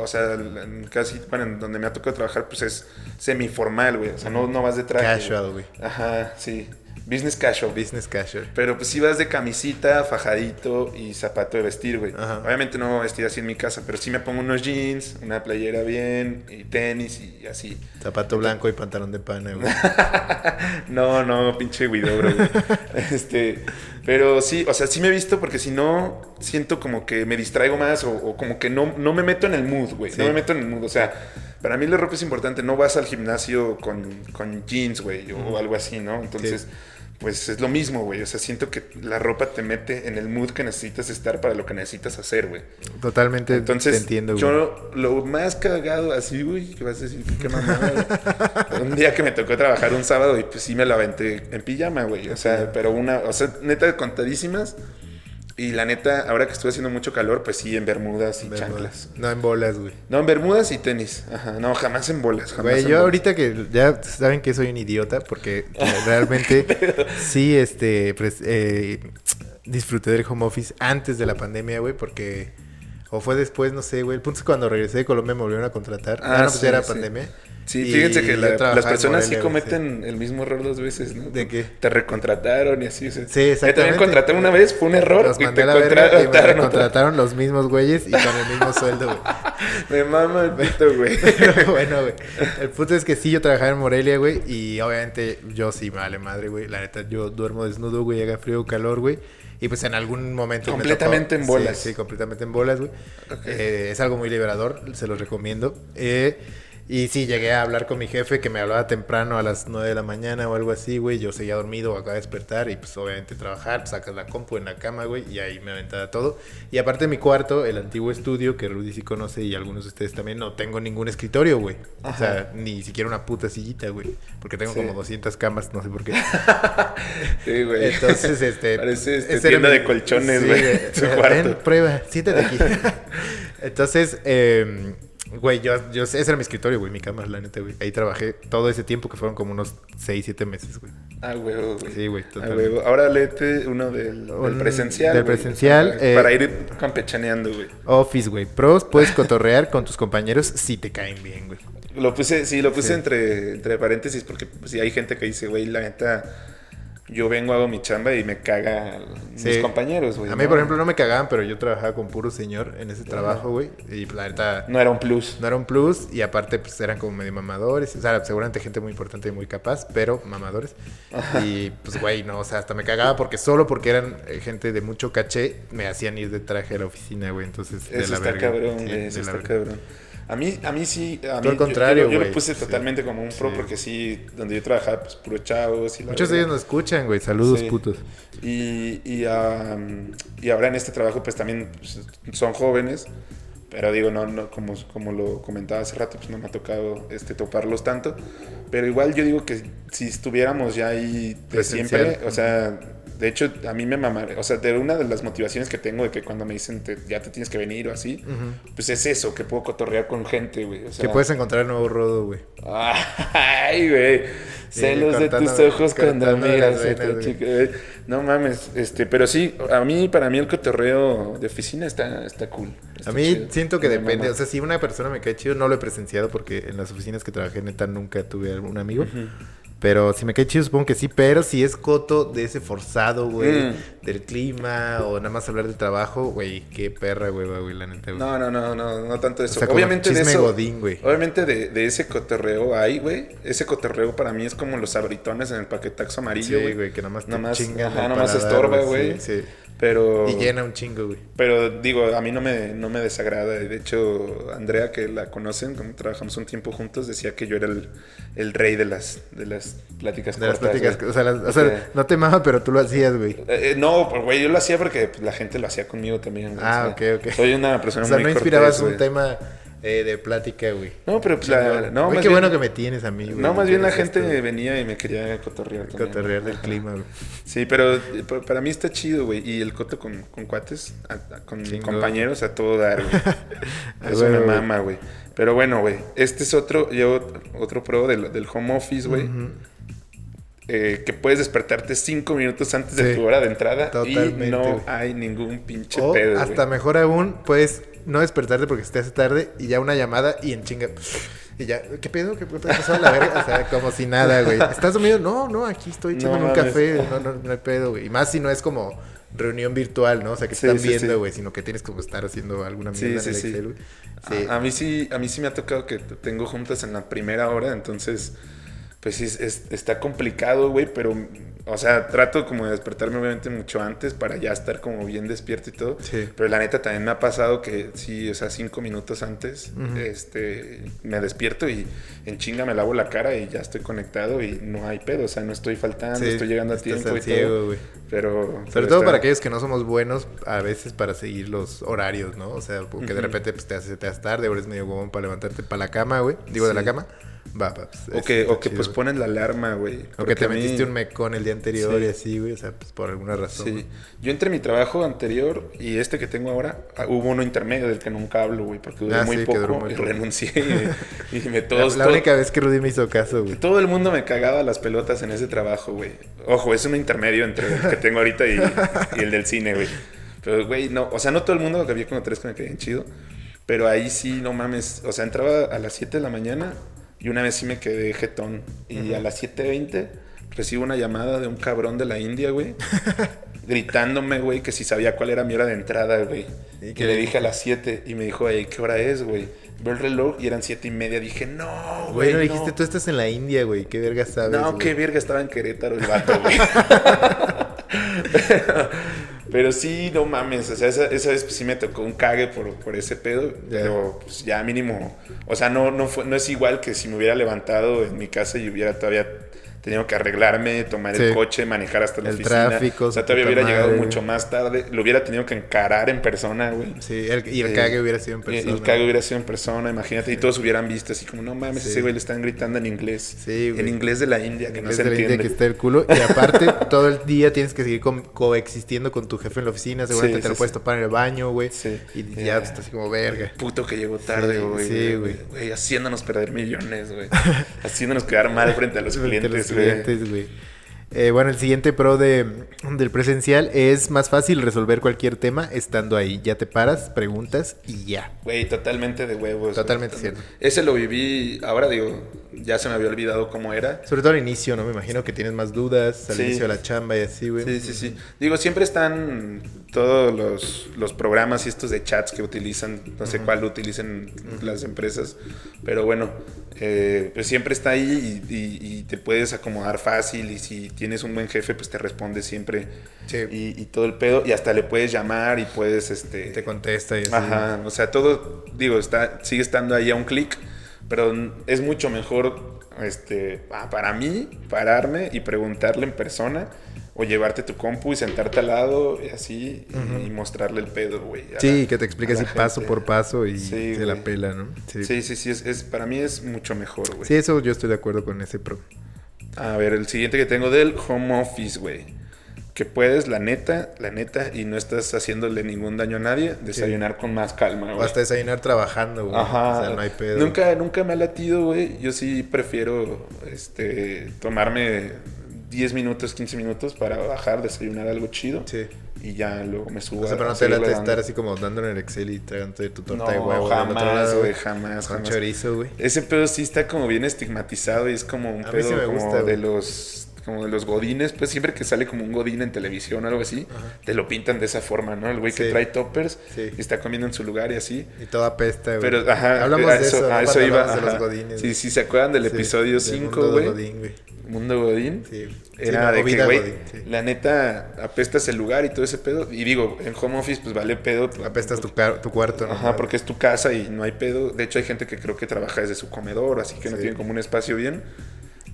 o sea, en casi, bueno, en donde me ha tocado trabajar, pues es semiformal, güey. O sea, no, no vas de traje. güey. Casual, güey. Ajá, sí. Business casual. Business casual. Pero pues si vas de camisita, fajadito y zapato de vestir, güey. Ajá. Obviamente no me voy a vestir así en mi casa, pero sí me pongo unos jeans, una playera bien y tenis y así. Zapato blanco y pantalón de pana, (laughs) güey. No, no, pinche (laughs) Guidobro, güey. este, pero sí, o sea, sí me he visto porque si no siento como que me distraigo más o, o como que no, no me meto en el mood, güey. Sí. No me meto en el mood, o sea, para mí la ropa es importante. No vas al gimnasio con, con jeans, güey, o algo así, ¿no? Entonces, Sí. pues es lo mismo, güey. O sea, siento que la ropa te mete en el mood que necesitas estar para lo que necesitas hacer, güey. Totalmente Entonces, te entiendo, güey. yo lo más cagado así, güey, que vas a decir, qué (laughs) mamada. güey. un día que me tocó trabajar un sábado y pues sí me la aventé en pijama, güey. O sea, pero una, o sea, neta contadísimas. Y la neta, ahora que estuve haciendo mucho calor, pues sí, en bermudas y Bermudas. chanclas. No en bolas, güey. No, en bermudas y tenis. Ajá, no, jamás en bolas, jamás. Güey, en yo bolas. ahorita que ya saben que soy un idiota porque eh, (laughs) realmente sí, este, pues, eh, disfruté del home office antes de la pandemia, güey, porque o fue después, no sé, güey. El punto es que cuando regresé de Colombia me volvieron a contratar. Ah, Ah, no, pues sí, ya era sí. pandemia. Sí, Y fíjense que yo la- trabajaba las en personas sí Morelia, güey, cometen el mismo error dos veces, ¿no? ¿De qué? Te recontrataron y así. o sea, Sí, Yo también exactamente. contraté una vez, fue un error. Los y (laughs) mandé te a la verga y me contrataron otra contrataron los mismos güeyes y con el mismo sueldo, güey. Me mama el pito, (laughs) güey. (laughs) Pero bueno, güey. El punto es que sí, yo trabajaba en Morelia, güey. Y obviamente yo sí, vale madre, güey. La neta, yo duermo desnudo, güey. Haga frío o calor, güey. Y pues en algún momento. me Completamente en bolas. Sí, sí, completamente en bolas, güey. Eh, es algo muy liberador, se los recomiendo. Eh, y sí, llegué a hablar con mi jefe que me hablaba temprano a las 9 de la mañana o algo así, güey. Yo seguía dormido, acaba de despertar y pues obviamente trabajar, sacas la compu en la cama, güey, y ahí me aventaba todo. Y aparte mi cuarto, el antiguo estudio que Rudy sí conoce y algunos de ustedes también, no tengo ningún escritorio, güey. O sea, ni siquiera una puta sillita, güey. Porque tengo Sí. como 200 camas, no sé por qué. Sí, güey. (laughs) Entonces, este. Parece este, ese era tienda mi- de colchones, Sí, güey. Su Ven, cuarto. prueba, siéntate (laughs) aquí. Entonces, eh, güey, yo, yo, ese era mi escritorio, güey, mi cama, la neta, güey. Ahí trabajé todo ese tiempo que fueron como unos 6, 7 meses, güey. Ah, huevo, güey. Sí, güey, Ah, totalmente. huevo. Ahora léete uno del, del Un- presencial. del güey. presencial, Para, eh. para ir campechaneando, güey. Office, güey. Pros, puedes cotorrear con tus compañeros si te caen bien, güey. pues, Lo puse, sí, lo puse entre, entre paréntesis porque si hay gente que dice, güey, la neta. yo vengo, hago mi chamba y me caga Sí. mis compañeros, güey. A mí, Pues ¿no? por ejemplo, no me cagaban, pero yo trabajaba con puro señor en ese trabajo, güey. Y la neta, No era un plus. no era un plus. Y aparte, pues eran como medio mamadores. O sea, seguramente gente muy importante y muy capaz, pero mamadores. Y pues, güey, no, o sea, hasta me cagaba porque solo porque eran eh, gente de mucho caché, me hacían ir de traje a la oficina, güey. Entonces, de Eso la está verga. cabrón, Sí, güey. de Eso la está verga. cabrón. A mí, a mí sí. A mí, Tú al yo- contrario, Yo, lo- yo güey, lo puse sí. totalmente como un pro Sí. porque sí, donde yo trabajaba, pues puro chavos. Y la Muchos de verga. ellos nos escuchan, güey. Saludos, Sí. putos. Y, y, am, y ahora en este trabajo, pues también pues, son jóvenes. Pero digo, no, no como, como lo comentaba hace rato, pues no me ha tocado este, toparlos tanto. Pero igual yo digo que si estuviéramos ya ahí de Presencial. siempre, o sea, de hecho a mí me mamaré, o sea, de una de las motivaciones que tengo de que cuando me dicen "Te- ya te tienes que venir o así, pues es eso, que puedo cotorrear con gente, güey. O sea, Que puedes encontrar nuevo rodo, güey. Ay, güey. Celos de tus cortándome- ojos cuando cortándome miras las a otra venas, güey. chica, güey. No mames, este, pero sí, a mí, para mí el cotorreo de oficina está, está cool. A mí siento que depende, o sea, si una persona me cae chido, no lo he presenciado porque en las oficinas que trabajé neta nunca tuve algún amigo. Pero si me cae chido, supongo que sí, pero si es coto de ese forzado, güey, Mm. del clima o nada más hablar de trabajo, güey, qué perra, güey, güey, la neta, güey. No, no, no, no, no tanto eso. O sea, como obviamente de chisme eso. godín, güey. Obviamente de, de ese cotorreo hay, güey. Ese cotorreo para mí es como los abritones en el paquetaxo amarillo, Sí, güey. güey, que nada más te Nada más- chingan ajá, el nada más paladar, estorba, güey. Oh. Sí, sí. Pero Y llena un chingo, güey. Pero digo, a mí no me, no me desagrada. De hecho, Andrea, que la conocen, como trabajamos un tiempo juntos, decía que yo era el, el rey de las, de las pláticas De las cortas, pláticas, güey. o sea, las- o sea, Sí. no te mama, pero tú lo hacías, güey. Eh, eh, no, pues, güey, yo lo hacía porque pues, la gente lo hacía conmigo también. güey. Ah, O sea, ok, ok. Soy una persona O sea, muy no inspirabas cortés, un güey. tema eh, de plática, güey. No, pero pues la... No, Güey, más qué bien- bueno que me tienes a mí, güey. No, más bien la gente Esto, venía y me quería cotorrear también. Cotorrear del Ajá. clima, güey. Sí, pero eh, pa- para mí está chido, güey. Y el coto con, con cuates, a- a- con Chingón. compañeros a todo dar, güey. (laughs) (laughs) Ah, Eso me güey, güey. mama, güey. Pero bueno, güey. Este es otro, yo, otro pro del, del home office, güey. Ujú. eh, que puedes despertarte cinco minutos antes de Sí. tu hora de entrada. Totalmente, Y no güey. hay ningún pinche O pedo, güey. hasta mejor aún, puedes no despertarte porque se te hace tarde y ya una llamada y en chinga. Y ya, ¿qué pedo? ¿Qué pedo pasó a la verga? O sea, como si nada, güey. ¿Estás dormido? No, no, aquí estoy No echándome un mames. café. No, no, no hay pedo, güey. Y más si no es como reunión virtual, ¿no? O sea, que te Sí, están sí, viendo, sí. güey, sino que tienes como estar haciendo alguna Sí, mierda sí, en el sí. Excel, güey. Sí. A, a mí sí, a mí sí me ha tocado que t- tengo juntas en la primera hora, entonces, pues sí, es- es- está complicado, güey, pero, o sea, trato como de despertarme obviamente mucho antes para ya estar como bien despierto y todo. Sí. Pero la neta también me ha pasado que sí, o sea, cinco minutos antes, Ujú. este, me despierto y en chinga me lavo la cara y ya estoy conectado y no hay pedo, o sea, no estoy faltando, Sí, estoy llegando a estás tiempo al y ciego, todo. güey. Pero, Sobre todo para que aquellos que no somos buenos a veces para seguir los horarios, ¿no? O sea, porque de Ujú. repente pues, te haces te haces tarde, o eres medio gobón para levantarte para la cama, güey. Digo, de la Sí. cama. Va, va. pues, O es- que, está o que chido, pues güey. ponen la alarma, güey. O que porque te a mí- metiste un mecón el día anterior Sí. y así, güey. O sea, pues por alguna razón. Sí, yo entre mi trabajo anterior y este que tengo ahora, ah, hubo uno intermedio del que nunca hablo, güey, porque duré Ah, muy sí, que poco duró muy y poco. renuncié y, y me La- todos... la todo- única vez que Rudy me hizo caso, güey. todo el mundo me cagaba las pelotas en ese trabajo, güey. Ojo, es un intermedio entre el que tengo ahorita y, y el del cine, güey. Pero, güey, no, o sea, no todo el mundo, que había como tres que me caían chido. Pero ahí sí, no mames. O sea, entraba a las 7 de la mañana y una vez sí me quedé jetón. Y a las 7.20 recibo una llamada de un cabrón de la India, (laughs) güey. gritándome, güey, que si sabía cuál era mi hora de entrada, güey. ¿Y Y qué que le dijo? dije a las 7 y me dijo, "Ey, ¿qué hora es, güey? Veo el reloj y eran siete y media. Dije, no, güey. Güey, no no". dijiste, tú estás en la India, güey. ¿Qué verga sabes? No, güey? qué verga, estaba en Querétaro el vato, güey. (laughs) pero sí, no mames, o sea, esa, esa vez pues, sí me tocó un cague por, por ese pedo, pero pues, ya mínimo, o sea, no, no, fue, no es igual que si me hubiera levantado en mi casa y hubiera todavía tenido que arreglarme, tomar Sí. el coche, manejar hasta la El oficina. tráfico, o sea, su todavía puta hubiera llegado madre, mucho güey. más tarde, lo hubiera tenido que encarar en persona, güey. Sí, el- y el Sí. cague hubiera sido en Y- y persona. Eh, El cague hubiera sido en persona, imagínate. Y todos hubieran visto así como, no mames, Sí. ese güey le están gritando en inglés. Sí, güey. En inglés de la India, que no Es se de la India entiende. que está el culo. Y aparte, (laughs) todo el día tienes que seguir con- coexistiendo con tu jefe en la oficina. Seguramente Sí, te lo sí, puedes sí. topar en el baño, güey. Sí. Y ya Ya. pues, estás así como verga. Puto que llegó tarde, Sí, güey. sí, güey. Güey, haciéndonos perder millones, (laughs) güey. haciéndonos quedar mal frente a los Frente a clientes, güey. los clientes, güey. Eh, bueno, el siguiente pro de, del presencial es más fácil resolver cualquier tema estando ahí. Ya te paras, preguntas y ya. Güey, totalmente de huevos. güey. Totalmente cierto. Ese lo viví, ahora digo, ya se me había olvidado cómo era. Sobre todo al inicio, ¿no? Me imagino que tienes más dudas al Sí. inicio de la chamba y así, güey. Sí, sí, sí. Digo, siempre están todos los, los programas y estos de chats que utilizan, no sé cuál utilicen las empresas, pero bueno, eh, pues siempre está ahí y, y- y te puedes acomodar fácil y si tienes un buen jefe, pues te responde siempre Sí. y, y todo el pedo y hasta le puedes llamar y puedes, este... Te contesta y así. Ajá, o sea, todo, digo, está, sigue estando ahí a un clic, pero n- es mucho mejor, este, ah, para mí, pararme y preguntarle en persona o llevarte tu compu y sentarte al lado y así y- y, mostrarle el pedo, güey. a Sí, la- que te explique a la así paso gente. por paso y Sí, se la güey. pela, ¿no? Sí. Sí, sí, sí, es, es- para mí es mucho mejor, güey. Sí, eso yo estoy de acuerdo con ese pro. A ver, el siguiente que tengo del home office, güey. Que puedes, la neta, la neta, y no estás haciéndole ningún daño a nadie, desayunar con más calma, O Ah, güey. hasta desayunar trabajando, güey. Ajá. O sea, no hay pedo. Nunca, nunca me ha latido, güey. Yo sí prefiero este, tomarme 10 minutos, 15 minutos para bajar, desayunar algo chido. Sí. Y ya luego me subo. O sea, a- pero a no te seguirle late dando. estar así como dando en el Excel y tragando tu torta de No, huevo. del otro jamás, lado, güey, jamás, Con jamás. chorizo, güey. Ese pedo sí está como bien estigmatizado y es como un A mí pedo sí me como gusta, güey. de los como de los godines, pues siempre que sale como un godín en televisión o algo así, te lo pintan de esa forma, ¿no? El güey que Sí. trae toppers Sí. y está comiendo en su lugar y así. Y toda apesta, güey. Pero, ajá, Hablamos a de eso, ¿no? a Cuando iba, hablamos de ajá. los godines. Sí, sí, ¿se acuerdan del Sí, episodio del 5, mundo güey? Godín, güey. Mundo Godín. Sí. Sí, Era no, de o que, vida güey, Godín, sí. la neta, apestas el lugar y todo ese pedo. Y digo, en home office, pues vale pedo. Apestas tu, car- tu cuarto, ¿no? Ajá, porque es tu casa y no hay pedo. De hecho, hay gente que creo que trabaja desde su comedor, así que no Sí. tiene como un espacio bien.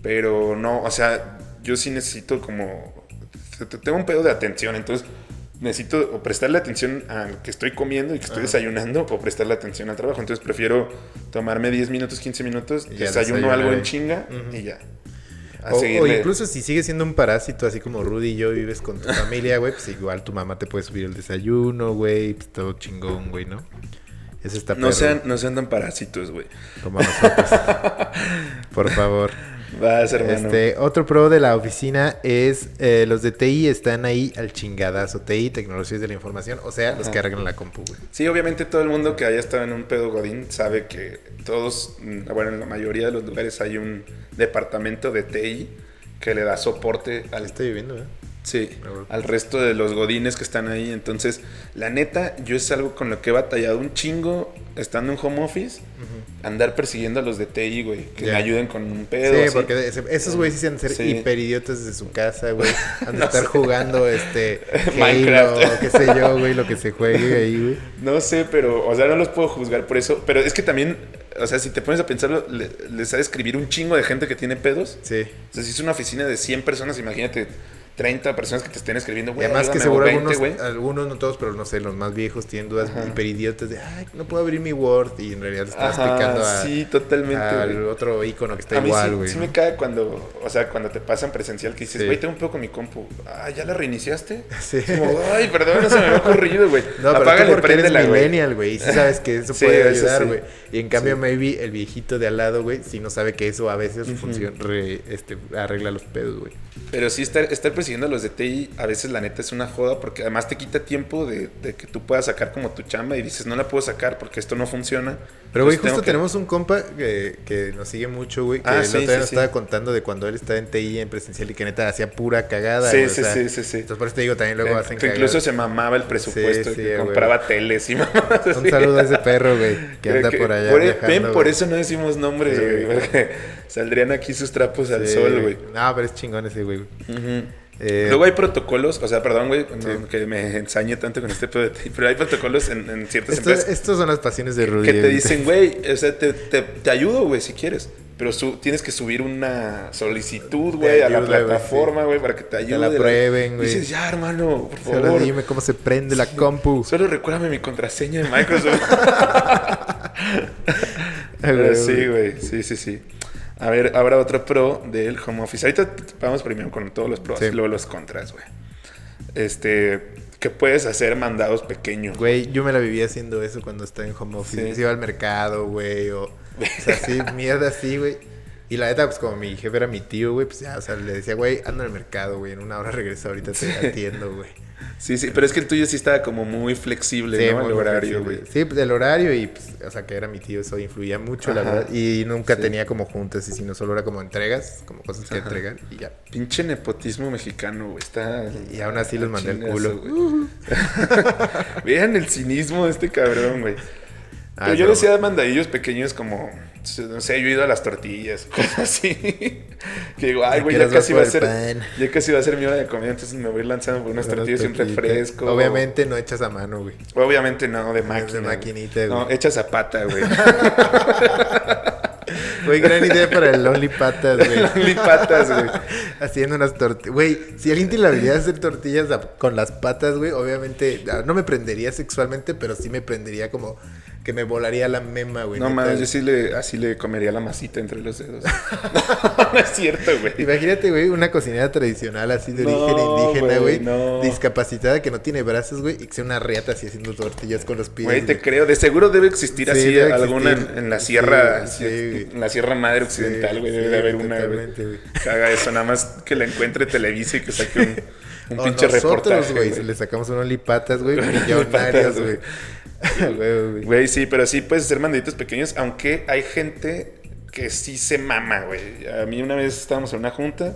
Pero no, o sea, yo sí necesito como... te- te- Tengo un pedo de atención, entonces necesito o prestarle atención al que estoy comiendo y que estoy desayunando o prestarle atención al trabajo. Entonces prefiero tomarme 10 minutos, 15 minutos, Y ya desayuno desayunar algo en ahí. chinga y ya. A O, o seguirle. incluso si sigues siendo un parásito, así como Rudy y yo vives con tu familia, güey, pues igual tu mamá te puede subir el desayuno, güey, pues todo chingón, güey, ¿no? Eso está No perro, sean, no sean tan parásitos, güey. como nosotros. (laughs) Por favor. Vas, hermano. Este, otro pro de la oficina es eh, los de TI están ahí al chingadazo. TI, tecnologías de la información, o sea, los que arreglan la compu, güey. Sí, obviamente todo el mundo que haya estado en un pedo godín sabe que todos, mm, bueno, en la mayoría de los lugares hay un departamento de TI que le da soporte al, Estoy viviendo, ¿eh? sí, Ah, bueno. al resto de los godines que están ahí. Entonces, la neta, yo es algo con lo que he batallado un chingo estando en home office, andar persiguiendo a los de TI, güey, que Ya. me ayuden con un pedo. Sí, así. porque ese- esos güeyes sí se han de ser Sí. hiperidiotas desde su casa, (laughs) güey. Han de estar jugando este Minecraft. Halo, qué sé yo, güey, lo que se juegue ahí, güey. No sé, pero, o sea, no los puedo juzgar por eso. Pero es que también, o sea, si te pones a pensarlo, le- les ha de escribir un chingo de gente que tiene pedos. Sí. O sea, si es una oficina de 100 personas, imagínate 30 personas que te estén escribiendo, Y güey. además que ayúdame, seguro o 20, algunos, güey. algunos, no todos, pero no sé, los más viejos tienen dudas hiperidiotas de, ay, no puedo abrir mi Word. Y en realidad le estás Ajá, picando a, sí, totalmente. al güey. otro icono que está a mí igual, sí, güey. sí me cae cuando, o sea, cuando te pasan presencial que dices, Sí. güey, tengo un poco con mi compu. Ah, ¿ya la reiniciaste? Sí. Como, ay, perdón, no se me había ocurrido, güey. (laughs) No, pero tú Apágale, porque eres préndela, güey. millennial, güey. Y (laughs) sí sabes que eso Sí, puede eso ayudar, sí. güey. Y en cambio, Sí. maybe el viejito de al lado, güey, sí no sabe que eso a veces funciona, re- este, arregla los pedos, güey. Pero sí, estar, estar persiguiendo a los de TI a veces la neta es una joda porque además te quita tiempo de, de que tú puedas sacar como tu chamba y dices, no la puedo sacar porque esto no funciona. Pero, güey, Entonces, justo Pues tengo que- tenemos un compa que, que nos sigue mucho, güey. Que Ah, el sí, otro día sí, nos sí. estaba contando de cuando él estaba en TI en presencial y que neta hacía pura cagada, Sí, güey. o sí, sea, sí, sí, sí. Entonces, por eso te digo, también luego hacen Exacto, incluso cagadas. se mamaba el presupuesto Sí, sí, que güey. compraba teles y (laughs) mamadas así. Un saludo a (laughs) ese perro, güey, que anda Que- por allá. ven, viajando, por güey. eso no decimos nombres, Sí, güey, güey. porque saldrían aquí sus trapos al Sí, sol, güey. No, pero es chingón ese, güey. Ujú. Eh, Luego hay protocolos, o sea, perdón, güey, no, que me ensañe tanto con este pedo de ti, pero hay protocolos en, en ciertas estos, empresas estos son las pasiones de Rudy. que te ahorita. dicen, güey, o sea, te, te- te ayudo, güey, si quieres, pero su- tienes que subir una solicitud, güey, a la ayuda, güey, plataforma, güey, para que te ayude. la aprueben, güey. Dices, ya, hermano, por favor. Ahora dime cómo se prende la compu. Solo recuérdame mi contraseña de Microsoft. Pero (laughs) Güey. sí, güey. Sí, sí, sí. A ver, ahora otro pro del home office. Ahorita vamos primero con todos los pros Sí. y luego los contras, güey. Este, que puedes hacer mandados pequeños. Güey, yo me la vivía haciendo eso cuando estaba en home office. Sí. Iba al mercado, güey, o, o sea, (laughs) así, mierda así, güey. Y la neta, pues como mi jefe era mi tío, güey, pues ya, o sea, le decía, güey, ando en el mercado, güey, en una hora regreso, ahorita te atiendo, güey. Sí, sí, pero es que el tuyo sí estaba como muy flexible, Sí, ¿no? muy El horario, flexible. güey. Sí, pues, el horario y, pues, o sea, que era mi tío, eso influía mucho, la Ajá. verdad. Y nunca Sí. tenía como juntas, y sino solo era como entregas, como cosas que Ajá. entregar y ya. Pinche nepotismo mexicano, güey. Está. Y aún así los mandé al Chingazo, culo. güey. (laughs) Vean el cinismo de este cabrón, güey. Ah, pero yo pero- decía de mandadillos pequeños como, no sé, yo he ido a las tortillas, (laughs) cosas así. que digo, ay, ¿A güey, qué ya horas vas casi por va a el ser, pan? ya casi va a ser mi hora de comida, entonces me voy a ir lanzando por unas Unas tortillas y un tortillitas. refresco. Obviamente no echas a mano, güey. Obviamente no, de máquina. de güey. maquinita, No, güey. hecha zapata, (laughs) güey. (laughs) Güey, gran idea para el Only Patas, (laughs) güey. Ni patas, güey. Haciendo unas tortillas. Güey, si alguien tiene la habilidad de hacer tortillas a- con las patas, güey, obviamente ah, no me prendería sexualmente, pero sí me prendería como que me volaría la mema, güey. No neta, mames, güey. yo sí le, así le comería la masita entre los dedos. (laughs) no, no es cierto, güey. Imagínate, güey, una cocinera tradicional así de No, origen indígena, güey, güey. no. Discapacitada que no tiene brazos, güey. Y que sea una riata así haciendo tortillas con los pies. Güey, te güey. creo. De seguro debe existir Sí, así debe alguna en- existir. en, la sierra, Sí, así, sí, güey. en la sierra madre occidental, güey. Sí, Debe de sí, haber una, güey. totalmente, güey. que Haga eso, nada más que la encuentre Televisa y que saque (laughs) un, un O pinche nosotros, reportaje, güey. güey. Le sacamos unos lipatas, güey. Lipatas, Millonarios, güey. güey. (laughs) Güey, güey. Güey, sí, pero sí puedes hacer mandaditos pequeños, aunque hay gente que sí se mama, güey. A mí una vez estábamos en una junta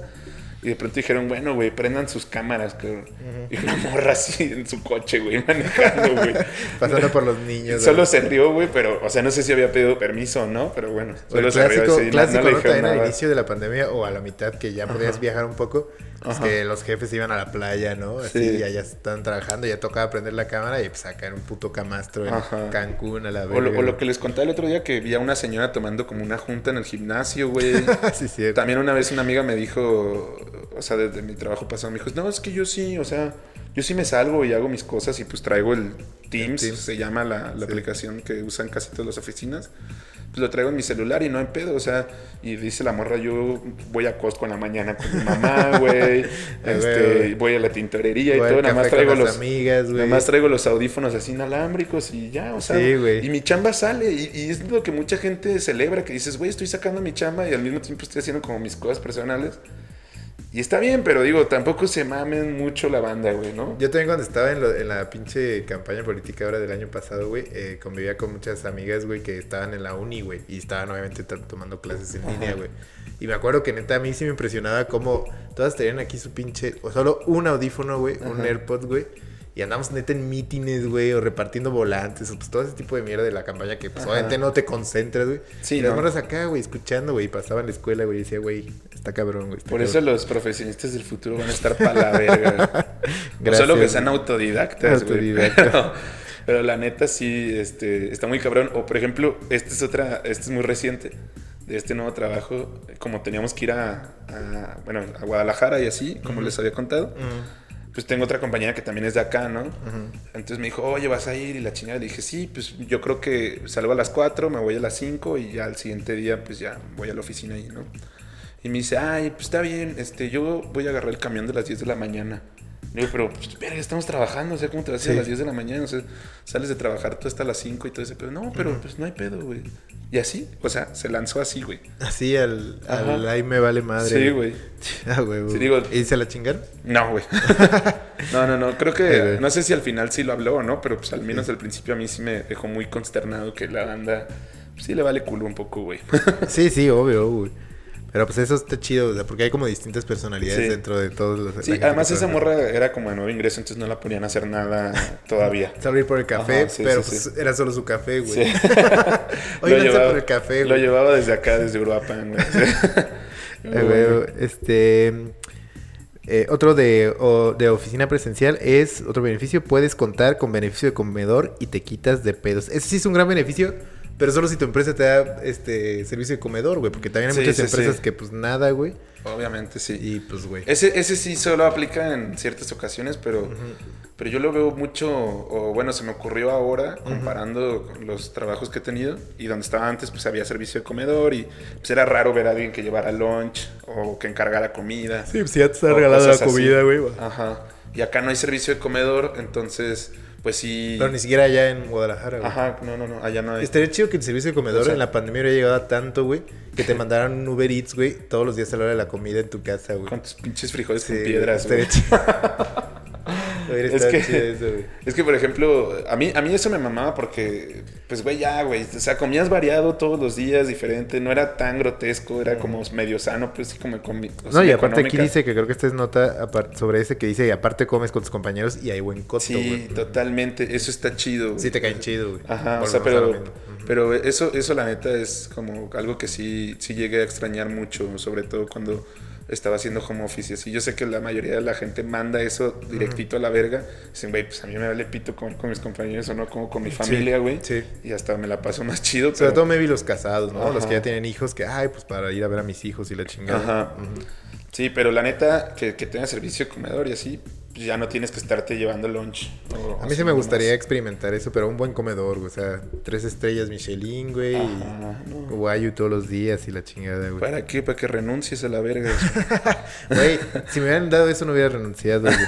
y de pronto dijeron, bueno, güey, prendan sus cámaras, cabrón. Y una morra así en su coche, güey, (laughs) manejando, (laughs) güey. Pasando por los niños. Solo güey. se rió, güey, pero, o sea, no sé si había pedido permiso o no, pero bueno, O solo el se rió clásico, así, no- clásico no, le ¿no? dijeron también al nada. inicio de la pandemia o a la mitad que ya podías viajar un poco, pues Ajá. que los jefes iban a la playa, ¿no? Así Sí. ya, ya están trabajando, ya tocaba prender la cámara y pues sacar un puto camastro en Ajá. Cancún a la O lo, verga, o lo güey. que les contaba el otro día que vi a una señora tomando como una junta en el gimnasio, (laughs) güey. (laughs) sí, cierto. También una vez una amiga me dijo, o sea, desde mi trabajo pasado, me dijo, no, es que yo sí, o sea, yo sí me salgo y hago mis cosas y pues traigo el Teams, Teams. se llama la, la Sí. aplicación que usan casi todas las oficinas, pues lo traigo en mi celular y no hay pedo, o sea, y dice la morra, yo voy a Costco en la mañana con mi mamá, (laughs) güey, güey, este, güey. voy a la tintorería Voy y al todo, nada más café con traigo las los... amigas, güey. Nada más traigo los audífonos así inalámbricos y ya, o sea. Sí, güey. y mi chamba sale. Y, y es lo que mucha gente celebra, que dices, güey, estoy sacando mi chamba y al mismo tiempo estoy haciendo como mis cosas personales. Y está bien, pero digo, tampoco se mamen mucho la banda, güey, ¿no? Yo también cuando estaba en, lo- en la pinche campaña política ahora del año pasado, güey, eh, convivía con muchas amigas, güey, que estaban en la uni, güey, y estaban obviamente to- tomando clases en línea, güey. Y me acuerdo que neta a mí sí me impresionaba cómo todas tenían aquí su pinche, o solo un audífono, güey, un Ajá. AirPod, güey. Y andamos neta en mítines, güey, o repartiendo volantes, o pues todo ese tipo de mierda de la campaña que pues Ajá. obviamente no te concentras, güey. Sí, Sí, y las no. morras acá, güey, escuchando, güey, y pasaban la escuela, güey, y decía, güey, está cabrón, güey. está Por cabrón. eso los profesionistas del futuro van a estar para (laughs) la verga. No Gracias, solo que güey. sean autodidactas, güey. Autodidactas. (laughs) Pero, pero la neta sí este, está muy cabrón. O por ejemplo, esta es otra, este es muy reciente de este nuevo trabajo. Como teníamos que ir a, a, bueno, a Guadalajara y así, como les había contado. Pues tengo otra compañera que también es de acá, ¿no? Entonces me dijo, oye, vas a ir y la chingada. Le dije, sí, pues yo creo que salgo a las 4, me voy a las 5 y ya al siguiente día, pues ya voy a la oficina y, ¿no? Y me dice, ay, pues está bien, este, yo voy a agarrar el camión de las 10 de la mañana. Le digo, pero, pues, verga, estamos trabajando, o sea, ¿cómo te vas a ir Sí. a las 10 de la mañana? O sea, sales de trabajar tú hasta las 5 y todo ese pedo. No, pero, pues, no hay pedo, güey. Y así, o sea, se lanzó así, güey. Así al, Ajá. al ahí me vale madre. Sí, güey. (laughs) Ah, güey. güey. Sí, digo- ¿Y se la chingaron? No, (laughs) güey. no, no, no. Creo Sí, que. güey. No sé si al final sí lo habló o no, pero pues al menos al principio a mí sí me dejó muy consternado que la banda. pues, Sí le vale culo un poco, güey. Sí, sí, obvio, güey. Pero pues eso está chido, o sea, porque hay como distintas personalidades Sí. dentro de todos los. la Sí, gente además que esa trabaja. morra era como de nuevo ingreso, entonces no la ponían a hacer nada todavía. Salir por el café, Ajá, sí, pero sí, pues sí. era solo su café, güey. Sí. (laughs) Lo Oye, lanza llevaba- por el café, Lo güey. llevaba desde acá, desde Uruapan, güey. Sí. (laughs) Eh, güey, Este. eh, otro de, o- de oficina presencial es otro beneficio. Puedes contar con beneficio de comedor y te quitas de pedos. Ese sí es un gran beneficio, pero solo si tu empresa te da este servicio de comedor, güey. Porque también hay Sí, muchas sí, empresas sí. que, pues nada, güey. Obviamente, sí. Y pues, güey. Ese, ese sí solo aplica en ciertas ocasiones, pero, pero yo lo veo mucho, o bueno, se me ocurrió ahora comparando con los trabajos que he tenido y donde estaba antes, pues había servicio de comedor y pues era raro ver a alguien que llevara lunch o que encargara comida. Sí, pues ya te está o regalada la cosas así. Ah, comida, güey. va. Ajá. Y acá no hay servicio de comedor, entonces, pues sí. Pero ni siquiera Este- allá en Guadalajara, güey. Ajá, no, no, no, allá no hay. Estaría chido que el servicio de comedor O sea- en la pandemia hubiera llegado a tanto, güey, que te mandaran un Uber Eats, güey, todos los días a la hora de la comida en tu casa, güey. Con tus pinches frijoles Sí, con piedras, (laughs) estaría güey. chido. Hubiera Es estado que- chido eso, güey. Es que, por ejemplo, a mí, a mí eso me mamaba porque, pues, güey, ya, güey. O sea, comías variado todos los días, diferente. No era tan grotesco, era como medio sano, pues sí, como comi- o sea, Mm. No, y aparte aquí económica. dice que creo que esta es nota apar- sobre ese que dice, y aparte comes con tus compañeros y hay buen costo, Sí, güey. totalmente. Eso está chido. güey. Sí te caen chido, güey. Ajá, o Volvemos sea, a lo pero, mismo. Ujú. pero eso, eso la neta es como algo que sí, sí llegué a extrañar mucho, sobre todo cuando estaba haciendo home office y así. Yo sé que la mayoría de la gente manda eso directito a la verga. Dicen, güey, pues a mí me vale pito comer con mis compañeros o no, como con mi familia, güey. sí. Y hasta me la paso más chido. Sobre pero- todo me vi los casados, ¿no? Los Ajá. que ya tienen hijos, que, ay, pues para ir a ver a mis hijos y la chingada. Ajá. Sí, pero la neta, que, que tenga servicio de comedor y así, pues ya no tienes que estarte llevando lunch. o- A o mí sí así me nomás. gustaría experimentar eso, pero un buen comedor, güey. O sea, tres estrellas Michelin, güey. Ajá, Y no. guayu todos los días y la chingada, güey. ¿Para qué? Para que renuncies a la (laughs) verga. Güey, si me hubieran dado eso no hubiera (laughs) renunciado, güey.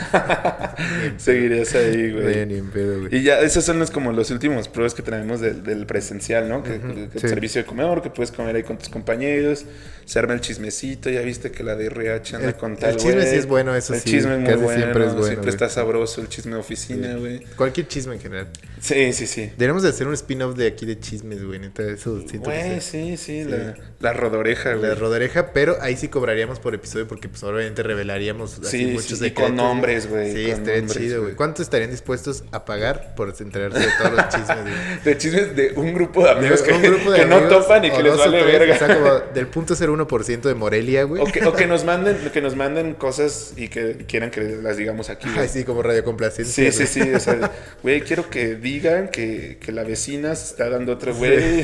Seguirías ahí, güey. Güey, ni en pedo, güey. Y ya, esos son los, como los últimos pruebas que tenemos del, del presencial, ¿no? Que, Ujú, que sí. servicio de comedor, que puedes comer ahí con tus compañeros, se arma el chismecito, ya viste que la de RH anda El- con Eh, el tal chisme güey. sí es bueno, eso el sí, chisme es muy casi bueno, siempre siempre es bueno, güey. está sabroso el chisme de oficina, Sí. güey. Cualquier chisme en general. Sí, sí, sí. Deberíamos de hacer un spin-off de aquí de chismes, güey. Neta, eso Pues siento que Güey, sea sí, sí, la, la rodoreja, güey. La rodereja, pero ahí sí cobraríamos por episodio porque pues obviamente revelaríamos así Sí, muchos sí, y secretos, con nombres, güey, Sí, con estaría nombres, chido, güey. güey. ¿Cuánto estarían dispuestos a pagar por enterarse de todos los chismes, güey? de chismes de un grupo de (laughs) amigos Un que, grupo de que no amigos, topan y o que les dos o vale tres, verga. O sea, como del punto 01% de Morelia, güey. O que, o que nos manden, que nos manden cosas y que quieran que las digamos aquí. güey. (laughs) Ay, sí, como Radio Complacencia. Sí, sí, sí. O sea, güey, quiero que digan que, que la vecina se está dando otro güey. (laughs)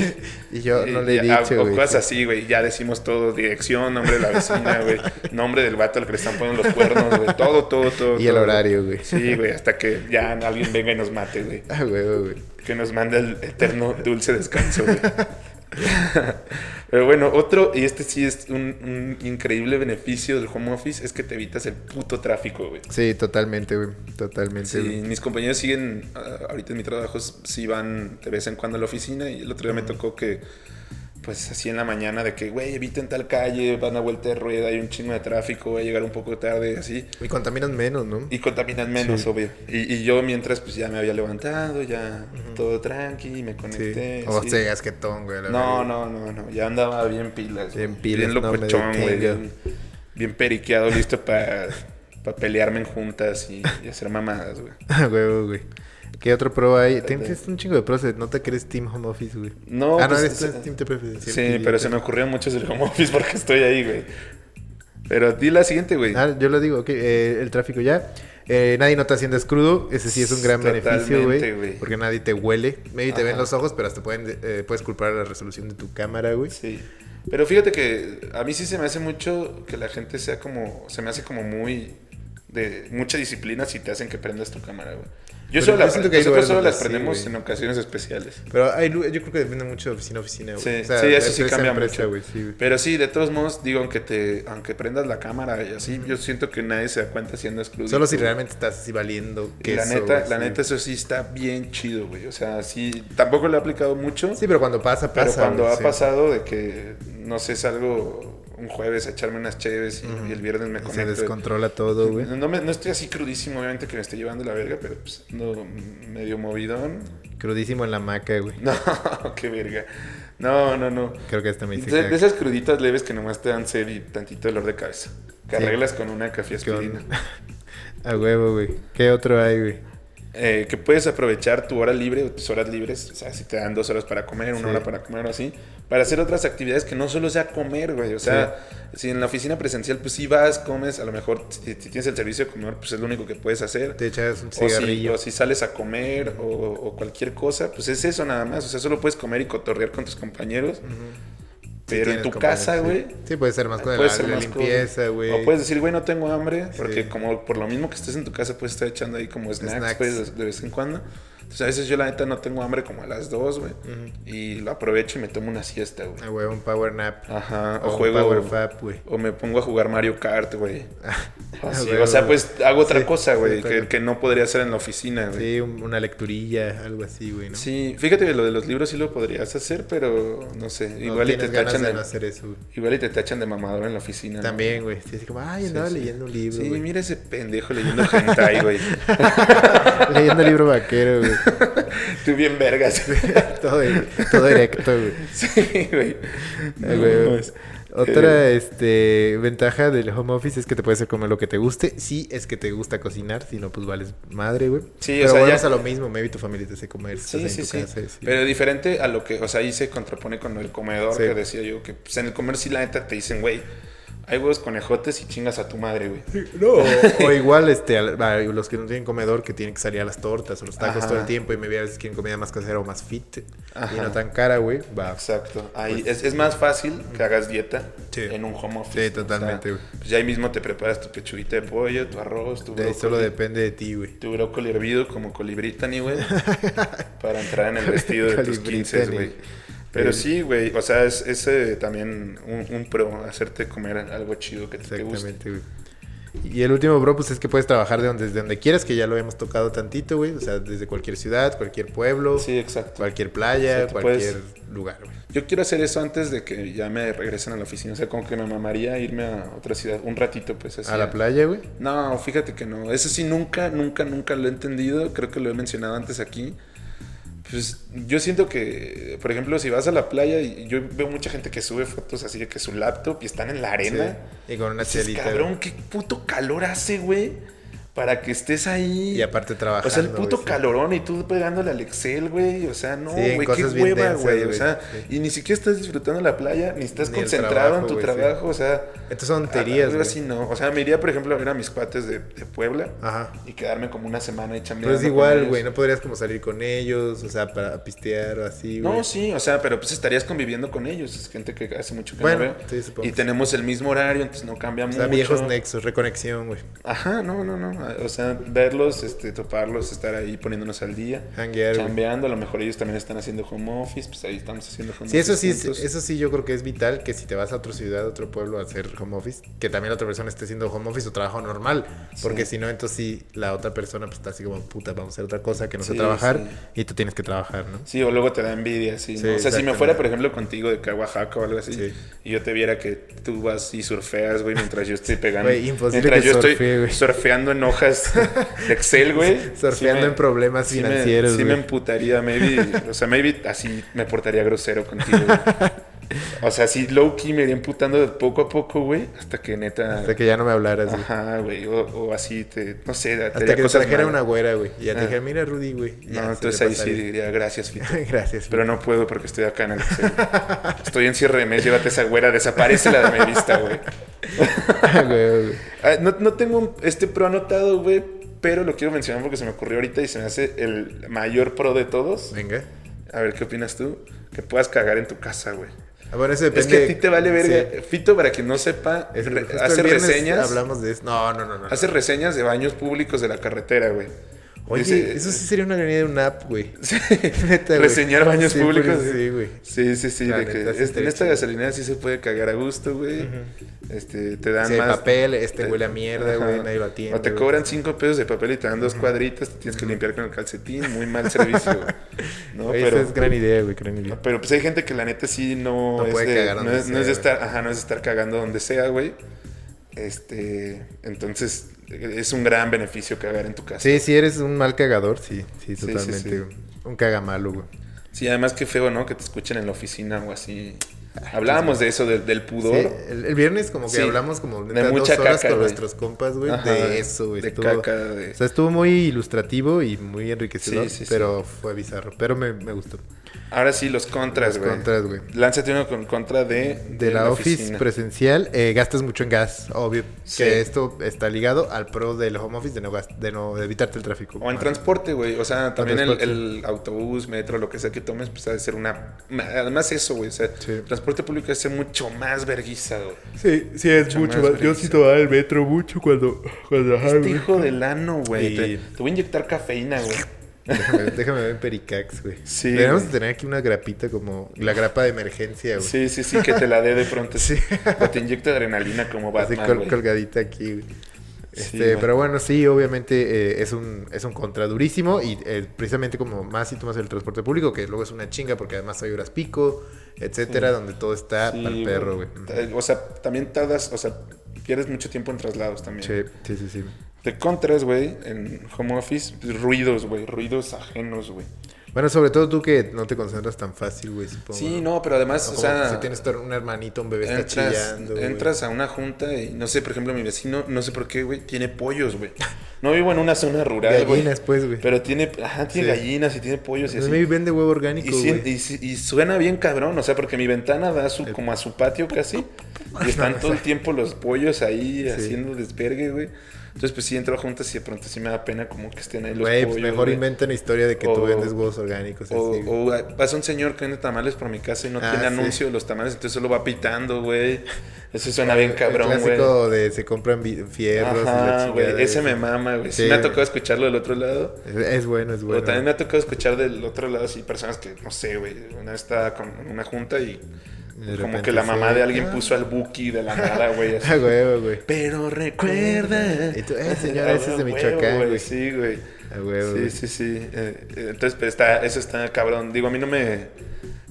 Y yo no Y- le he y- ah, dicho, O güey. cosas así, güey. Ya decimos todo: dirección, nombre de la vecina, güey. Nombre del vato al que le están poniendo los cuernos, güey. Todo, todo, todo. Y el todo, horario, güey. (laughs) Sí, güey. Hasta que ya alguien venga y nos mate, güey. Ah, güey, güey. Que nos mande el eterno dulce descanso, güey. Pero bueno, otro, y este sí es un, un increíble beneficio del home office, es que te evitas el puto tráfico, güey. Sí, totalmente, güey. Totalmente, Sí, güey. mis compañeros siguen, ah, ahorita en mi trabajo, s- sí van de vez en cuando a la oficina y el otro día me tocó que, pues así en la mañana, de que, güey, eviten tal calle, van a vuelta de rueda, hay un chingo de tráfico, voy a llegar un poco tarde, así. Y contaminan menos, ¿no? Y contaminan menos, Sí. obvio. Y, y yo mientras, pues ya me había levantado, ya todo tranqui, me conecté. sí. O así. sea, gasquetón, güey. la No, verga. no, (laughs) no, no, ya andaba bien pilas. Bien güey, pilas, Bien no me locochón, güey. detengo. bien, bien periqueado, listo para pelearme en juntas y- y hacer mamadas, güey. Ah, güey, güey. ¿Qué otro pro hay? Tien- Tienes un chingo de pros. eh. se Nota que eres Team Home Office, güey. No, Ah, no, pues, eres tú, es- eres Team Te Preferencial. Sí, idiota. pero se me ocurrieron muchos del home office porque estoy ahí, güey. Pero di la siguiente, güey. Ah, yo lo digo, ok. eh, el tráfico ya. Eh, nadie no te haciendo crudo. Ese sí es un gran beneficio, Totalmente, güey. güey. Porque nadie te huele. Maybe te ven Ajá. los ojos, pero hasta pueden, eh, puedes culpar a la resolución de tu cámara, güey. Sí. Pero fíjate que a mí sí se me hace mucho que la gente sea como. Se me hace como muy. De mucha disciplina si te hacen que prendas tu cámara, güey. Yo Pero solo, yo la- siento que hay nosotros lugares solo donde las sí, prendemos güey. en ocasiones especiales. Pero hay, lu- yo creo que depende mucho de oficina a oficina, güey. Sí, O sea, sí, eso sí empresa a cambia empresa, mucho. güey, sí, güey. Pero sí, de todos modos, digo, aunque te aunque prendas la cámara y así, yo siento que nadie se da cuenta si andas crudo. Solo si realmente estás así valiendo Y la queso, neta, güey, la sí. neta, eso sí está bien chido, güey. O sea, sí, tampoco lo he aplicado mucho. Sí, pero cuando pasa, pero pasa. cuando güey, ha sí. pasado de que, no sé, salgo un jueves a echarme unas chéves y, y el viernes me Se conecto. descontrola todo, güey. no, me- no estoy así crudísimo, obviamente que me estoy llevando la verga, pero pues ando medio movidón. (laughs) Crudísimo en la maca, güey. No, (laughs) qué verga. No, no, no. Creo que esta me dice "Ah, De, que- de esas cruditas leves que nomás te dan sed y tantito dolor de cabeza. Que Sí. arreglas con una café que aspirina. (laughs) A huevo, güey. ¿Qué otro hay, güey? eh, que puedes aprovechar tu hora libre o tus horas libres, o sea, si te dan dos horas para comer, una Sí. hora para comer o así, para hacer otras actividades que no solo sea comer, güey, o sea, si en la oficina presencial, pues sí vas, comes, a lo mejor si, si tienes el servicio de comer, pues es lo único que puedes hacer. Te echas un O si, cigarrillo. o si sales a comer o, o cualquier cosa, pues es eso nada más. O sea, solo puedes comer y cotorrear con tus compañeros. Pero en Tienes tu compañía, casa, sí. güey, Ah, Sí, puede ser más con la, Puede ser la más cosas. limpieza, güey. O puedes decir, güey, no tengo hambre, porque Sí. como por lo mismo que estés en tu casa, puedes estar echando ahí como snacks, Snacks. pues, de- de vez en cuando. Entonces a veces yo la neta no tengo hambre como a las dos, güey. Y lo aprovecho y me tomo una siesta, güey. Ah, güey, un power nap. Ajá. O, un juego. Power fap, güey. (laughs) O me pongo a jugar Mario Kart, güey. Ah, Ah, sí, güey, o sea, güey. pues hago otra Sí, cosa, sí, güey, está que, bien. que no podría hacer en la oficina, güey. Sí, un- una lecturilla, algo así, güey, ¿no? Sí, fíjate que lo de los libros sí lo podrías hacer, pero no sé, No igual, y te tienes ganas tachan de de, no hacer eso, güey. igual y te tachan de mamador en la oficina. ¿no? También, güey. Sí, así como, ay, andaba Sí, sí. leyendo un libro, Sí, güey. mira ese pendejo leyendo hentai, (laughs) güey. leyendo libro vaquero, güey. (laughs) Tú bien vergas. todo, todo directo, güey. sí, güey. Eh, No, pues, eh. güey, mames. Otra este, ventaja del home office es que te puedes comer lo que te guste. Sí, es que te gusta cocinar, si no, pues vales madre, güey. Sí, Pero o sea, ya- vuelves a lo mismo, maybe tu familia te hace comer, estás Sí, en sí, tu sí. casa. sí. Pero diferente a lo que, o sea, ahí se contrapone con el comedor Sí. que decía yo, que pues, en el comer sí la neta te dicen, güey, hay huevos conejotes y chingas a tu madre, güey. No, o, o igual este, al- a los que no tienen comedor que tienen que salir a las tortas o los tacos Ajá. todo el tiempo y maybe a veces quieren comida más casera o más fit Ajá. y no tan cara, güey. Va. Exacto. Ahí Pues- es, es más fácil que hagas dieta Sí. en un home office. Sí, totalmente, O sea, pues ya ahí mismo te preparas tu pechuguita de pollo, tu arroz, tu De ahí brócoli, solo depende de ti, güey. tu brócoli hervido como colibrita, ni (laughs) güey, para entrar en el vestido de tus Colibrí, 15, Tani. güey. Pero Sí. sí, güey, o sea, es, es, eh, también un, un pro, hacerte comer algo chido que te, te guste. Exactamente, güey. Y el último, bro, pues es que puedes trabajar de donde, desde donde quieras, que ya lo hemos tocado tantito, güey. O sea, desde cualquier ciudad, cualquier pueblo, Sí, exacto. cualquier O playa, sea, te cualquier lugar, güey. Yo quiero hacer eso antes de que ya me regresen a la oficina. O sea, como que me mamaría irme a otra ciudad un ratito, pues así. A la playa, güey. No, fíjate que no. Eso sí, nunca, nunca, nunca lo he entendido. Creo que lo he mencionado antes aquí. Pues yo siento que, por ejemplo, si vas a la playa y yo veo mucha gente que sube fotos así de que su laptop y están en la arena. Sí, Y con una Dices, chelita. cabrón, güey. qué puto calor hace, güey, para que estés ahí. Y aparte trabajando. O sea, el puto güey, sí. calorón y tú pegándole al Excel, güey. O sea, no, Sí, en güey, qué cosas bien hueva, densas, güey. O güey, sea, sí. y ni siquiera estás disfrutando la playa, ni estás Ni el concentrado en trabajo, tu güey, sí. trabajo. O sea, Estas son tonterías, algo güey. así no. O sea, me iría, por ejemplo, a ver a mis cuates de, de Puebla Ajá. y quedarme como una semana y chambeando. Pero es con igual, ellos. güey. No podrías como salir con ellos, o sea, para pistear o así, güey. No, sí, o sea, pero pues estarías conviviendo con ellos. Es gente que hace mucho que no Bueno, veo. sí, supongo. y tenemos el mismo horario, entonces no cambia O mucho. sea, viejos nexos, reconexión, güey. Ajá, no, no, no. O sea, verlos, este, toparlos, estar ahí poniéndonos al día. Hanguear, güey. chambeando, a lo mejor ellos también están haciendo home office, pues ahí estamos haciendo home Sí, eso sí, office. es- juntos. eso sí yo creo que es vital que si te vas a otra ciudad, a otro pueblo a hacer home office, que también la otra persona esté haciendo home office o trabajo normal, porque Sí. si no, entonces sí, la otra persona pues está así como, puta, vamos a hacer otra cosa que no sé Sí, trabajar sí. y tú tienes que trabajar, ¿no? Sí, o luego te da envidia, sí. ¿no? Sí, o sea, si me exactamente. fuera, por ejemplo, contigo de que a Oaxaca o algo así, Sí. y yo te viera que tú vas y surfeas, güey, mientras yo estoy pegando. Güey, imposible mientras que yo surfee, estoy güey. surfeando en hojas de Excel, güey. (laughs) Surfeando sí me- en problemas sí me- financieros, Sí me, güey. emputaría, maybe. o sea, maybe así me portaría grosero contigo, (laughs) güey. O sea, sí, low key me iría emputando de poco a poco, güey, hasta que neta. Hasta que ya no me hablaras, güey. Ajá, güey, o, o así te, no sé, te Hasta haría que te cosas trajera malas. una güera, güey. Y ya Ah. te dijera, mira, Rudy, güey. Ya, No, se le entonces ahí sí pasaría. diría, gracias, (laughs) Fito. Gracias. Pero no puedo porque estoy acá en el Excel. Estoy en cierre de mes, llévate esa güera, desaparece la de mi vista, güey. (laughs) güey. güey, güey. Ah, no, no tengo este pro anotado, güey, pero lo quiero mencionar porque se me ocurrió ahorita y se me hace el mayor pro de todos. Venga. A ver, ¿qué opinas tú? Que puedas cagar en tu casa, güey. Ah, Bueno, eso Es depende. que a ti te vale verga. Sí. Fito, para quien no sepa, Es- re- justo el hace viernes reseñas. Hablamos de eso. No, no, no, no. no. Hace reseñas de baños públicos de la carretera, güey. Oye, Dice- eso sí sería una gran idea de una app, güey. (laughs) Sí. (laughs) Neta, (laughs) güey. Reseñar baños Sí, públicos. por eso sí, güey. Sí, sí, sí. La de neta, que sí este- en estaría esta chido. gasolinera sí se puede cagar a gusto, güey. Este, te dan Si hay más. papel, este te- huele a mierda, güey, Ajá. nadie lo atiende, O te güey. cobran cinco pesos de papel y te dan dos cuadritas, te tienes que limpiar con el calcetín. Muy mal servicio, (laughs) güey. No, Oye, pero. Esa es gran idea, güey, gran idea. Pero pues hay gente que la neta sí no, No es, puede de, cagar no, donde es, no es de sea, güey. estar, ajá, no es de estar cagando donde sea, güey. Este, entonces es un gran beneficio cagar en tu casa. Sí, sí, eres un mal cagador, sí, Sí, sí, sí, totalmente. sí. güey. Un cagamalo, güey. Sí, además qué feo, ¿no? Que te escuchen en la oficina o así. Hablábamos de eso, del, del Sí, pudor. el, el viernes como que Sí. hablamos como De neta, mucha dos horas caca, con güey. nuestros compas, güey, Ajá, de eso, güey. De estuvo- caca, de- O sea, estuvo muy ilustrativo y muy enriquecedor, Sí, sí, sí. pero fue bizarro. Pero me, me gustó. Ahora sí, los contras, Los güey. contras, güey. Lánzate uno con contra de... De, la, office oficina. presencial, eh, gastas mucho en gas, obvio. Sí. Que esto está ligado al pro del home office de no, gas- de no de evitarte el tráfico. O en Ah. transporte, güey. O sea, también el, transporte. el autobús, metro, lo que sea que tomes, pues ha de ser una... Además eso, güey. O sea, Sí. transporte público debe ser mucho más verguiza, güey. Sí, sí, es Mucho mucho más más. Yo sí brisa. tomaba el metro mucho cuando. cuando ajá, Este güey. hijo del ano, güey. Y- Te, te voy a inyectar cafeína, güey. Déjame, déjame ver Pericax, güey. Sí, Deberíamos güey. de tener aquí una grapita como la grapa de emergencia, güey. Sí, sí, sí, que te la dé de pronto. (laughs) Sí. O te inyecta adrenalina como Así Batman, col- güey. colgadita aquí, güey. Sí, Este, güey. pero bueno, sí, obviamente eh, es, un, es un contra durísimo y eh, precisamente como más si tomas el transporte público, que luego es una chinga porque además hay horas pico, etcétera, donde todo está Sí, al güey. perro, güey. Eh, O sea, también tardas, o sea, pierdes mucho tiempo en traslados también. Sí, sí, sí, sí. Te contras, güey, en home office, pues, ruidos, güey, ruidos ajenos, güey. Bueno, sobre todo tú que no te concentras tan fácil, güey, supongo. Sí, no, pero además, Como o sea, si tienes tu- un hermanito, un bebé está entras, chillando. güey. entras a una junta y no sé, por ejemplo, mi vecino, no sé por qué, güey, tiene pollos, güey. No vivo en una zona rural, güey. Gallinas, pues, güey. Pero tiene, ajá, tiene Sí. gallinas y tiene pollos y Pues así. maybe vende huevo Y, orgánico, sí- güey. Eh. y sí- y suena bien cabrón, o sea, porque mi ventana da su, como a su patio casi. Y (laughs) están todo el tiempo los pollos ahí haciendo desvergue, güey. Entonces, pues sí, entro a juntas y de pronto sí me da pena como que estén ahí los Güey, pues pollos. mejor güey. inventa una historia de que tú O- vendes huevos orgánicos. y O, así, güey. o, ah, pasa un señor que vende tamales por mi casa y no Ah, tiene sí. anuncio de los tamales, entonces solo va pitando, güey. Eso suena bien cabrón, El güey. clásico de se compran vi- fierros. y la Ajá, chingada, güey. Ese güey. me mama, güey. Sí, Sí, me ha güey. tocado escucharlo del otro lado. Es, es bueno, es bueno. Pero también me ha tocado escuchar del otro lado así personas que, no sé, güey, una vez estaba con en una junta y De como repente que la sí. mamá de alguien Ah. puso al Buki de la nada, güey. así. (laughs) Ah, huevo, güey. Pero recuerda. Y tú, eh, señora, ese es de Ah, güey, Michoacán, güey. Sí, güey. Ah, huevo, sí, güey. sí, sí. Eh, eh, entonces, pues, está, eso está cabrón. Digo, a mí no me,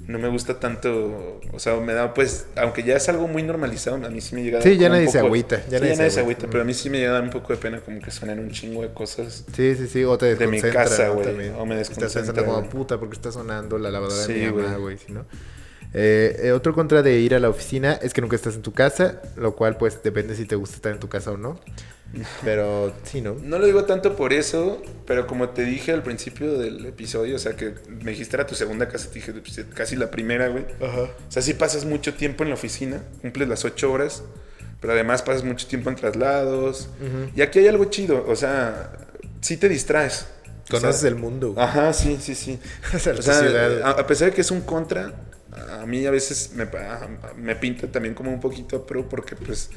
no me gusta tanto. O sea, me da, pues, aunque ya es algo muy normalizado, a mí sí me llega. a dar Sí, como ya un nadie se poco- agüita, ya Sí, nadie se se agüita. agüita, pero a mí sí me llega a dar un poco de pena como que suenan un chingo de cosas. Sí, sí, sí. O te De mi desconcentra. casa, ¿no? güey, También. o me Estás desconcentra, pensando como güey. puta porque está sonando la lavadora Sí, de mi mamá, güey. güey. si no. Eh, eh, otro contra de ir a la oficina es que nunca estás en tu casa, lo cual pues depende si te gusta estar en tu casa o (laughs) no. Pero sí, ¿no? No lo digo tanto por eso, pero como te dije al principio del episodio, o sea, que me dijiste era tu segunda casa, te dije pues, casi la primera, güey. Ajá. O sea, sí pasas mucho tiempo en la oficina, cumples las ocho horas, pero además pasas mucho tiempo en traslados. Y aquí hay algo chido, o sea, sí te distraes. Conoces O sea, el mundo, güey. Ajá, sí, sí, sí. (laughs) O sea, O sea, tu ciudad. a, a pesar de que es un contra, a mí a veces me, pa- me pinta también como un poquito pero porque pues,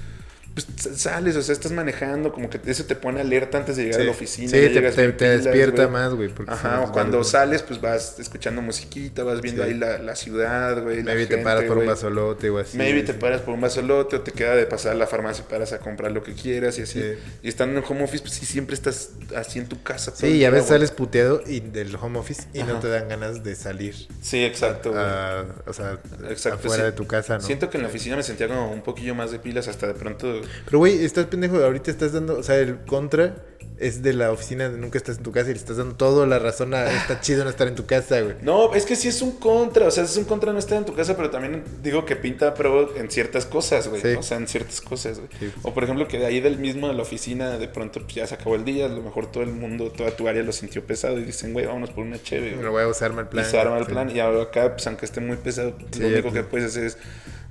pues, s- sales, o sea, estás manejando, como que eso te pone alerta antes de llegar Sí. a la oficina. Sí, ya te- llegas te- bien te despierta güey. más, güey, porque si Ajá, no, o pues, cuando vale. sales, pues vas escuchando musiquita, vas viendo Sí. ahí la, la ciudad, güey. la Maybe te gente, paras por un güey. vasolote o así. Maybe güey, te sí. paras por un vasolote o te queda de pasar a la farmacia y paras a comprar lo que quieras y así. Sí. Y estando en home office, pues sí, siempre estás así en tu casa. todo Sí, el y a día, veces güey. sales puteado y del home office y no Ajá. te dan ganas de salir. Sí, exacto. güey. a- o sea, Exacto, afuera sí. de tu casa, ¿no? Siento que en la oficina me sentía como un poquillo más de pilas hasta de pronto. Pero, güey, estás pendejo, ahorita estás dando, o sea, el contra es de la oficina de nunca estás en tu casa y le estás dando toda la razón a está chido no estar en tu casa, güey. No, es que sí es un contra, o sea, es un contra no estar en tu casa, pero también digo que pinta pro en ciertas cosas, güey. Sí. O sea, en ciertas cosas, güey. Sí. O por ejemplo que de ahí del mismo de la oficina, de pronto pues, ya se acabó el día, a lo mejor todo el mundo, toda tu área lo sintió pesado y dicen, güey, vámonos por una chévere. Lo voy a usar mal plan. y se arma el Sí. plan. Y ahora acá, pues aunque esté muy pesado, Sí, lo único ya, que pues. puedes hacer es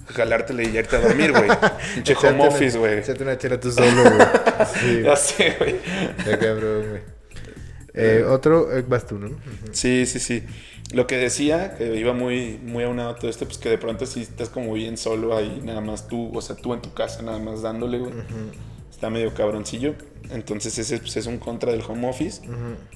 jalártela y irte a dormir, (laughs) güey. Pinche Echarte home una- office, güey. Echarte una chela tú solo, (laughs) güey. Sí, Ya sé, güey. está cabrón, güey. Eh, otro, eh, vas tú, ¿no? Sí, sí, sí. Lo que decía, que iba muy, muy aunado a todo esto, pues que de pronto sí estás como bien solo ahí, nada más tú, o sea, tú en tu casa, nada más dándole, güey. Está medio cabroncillo. Entonces ese pues, es un contra del home office.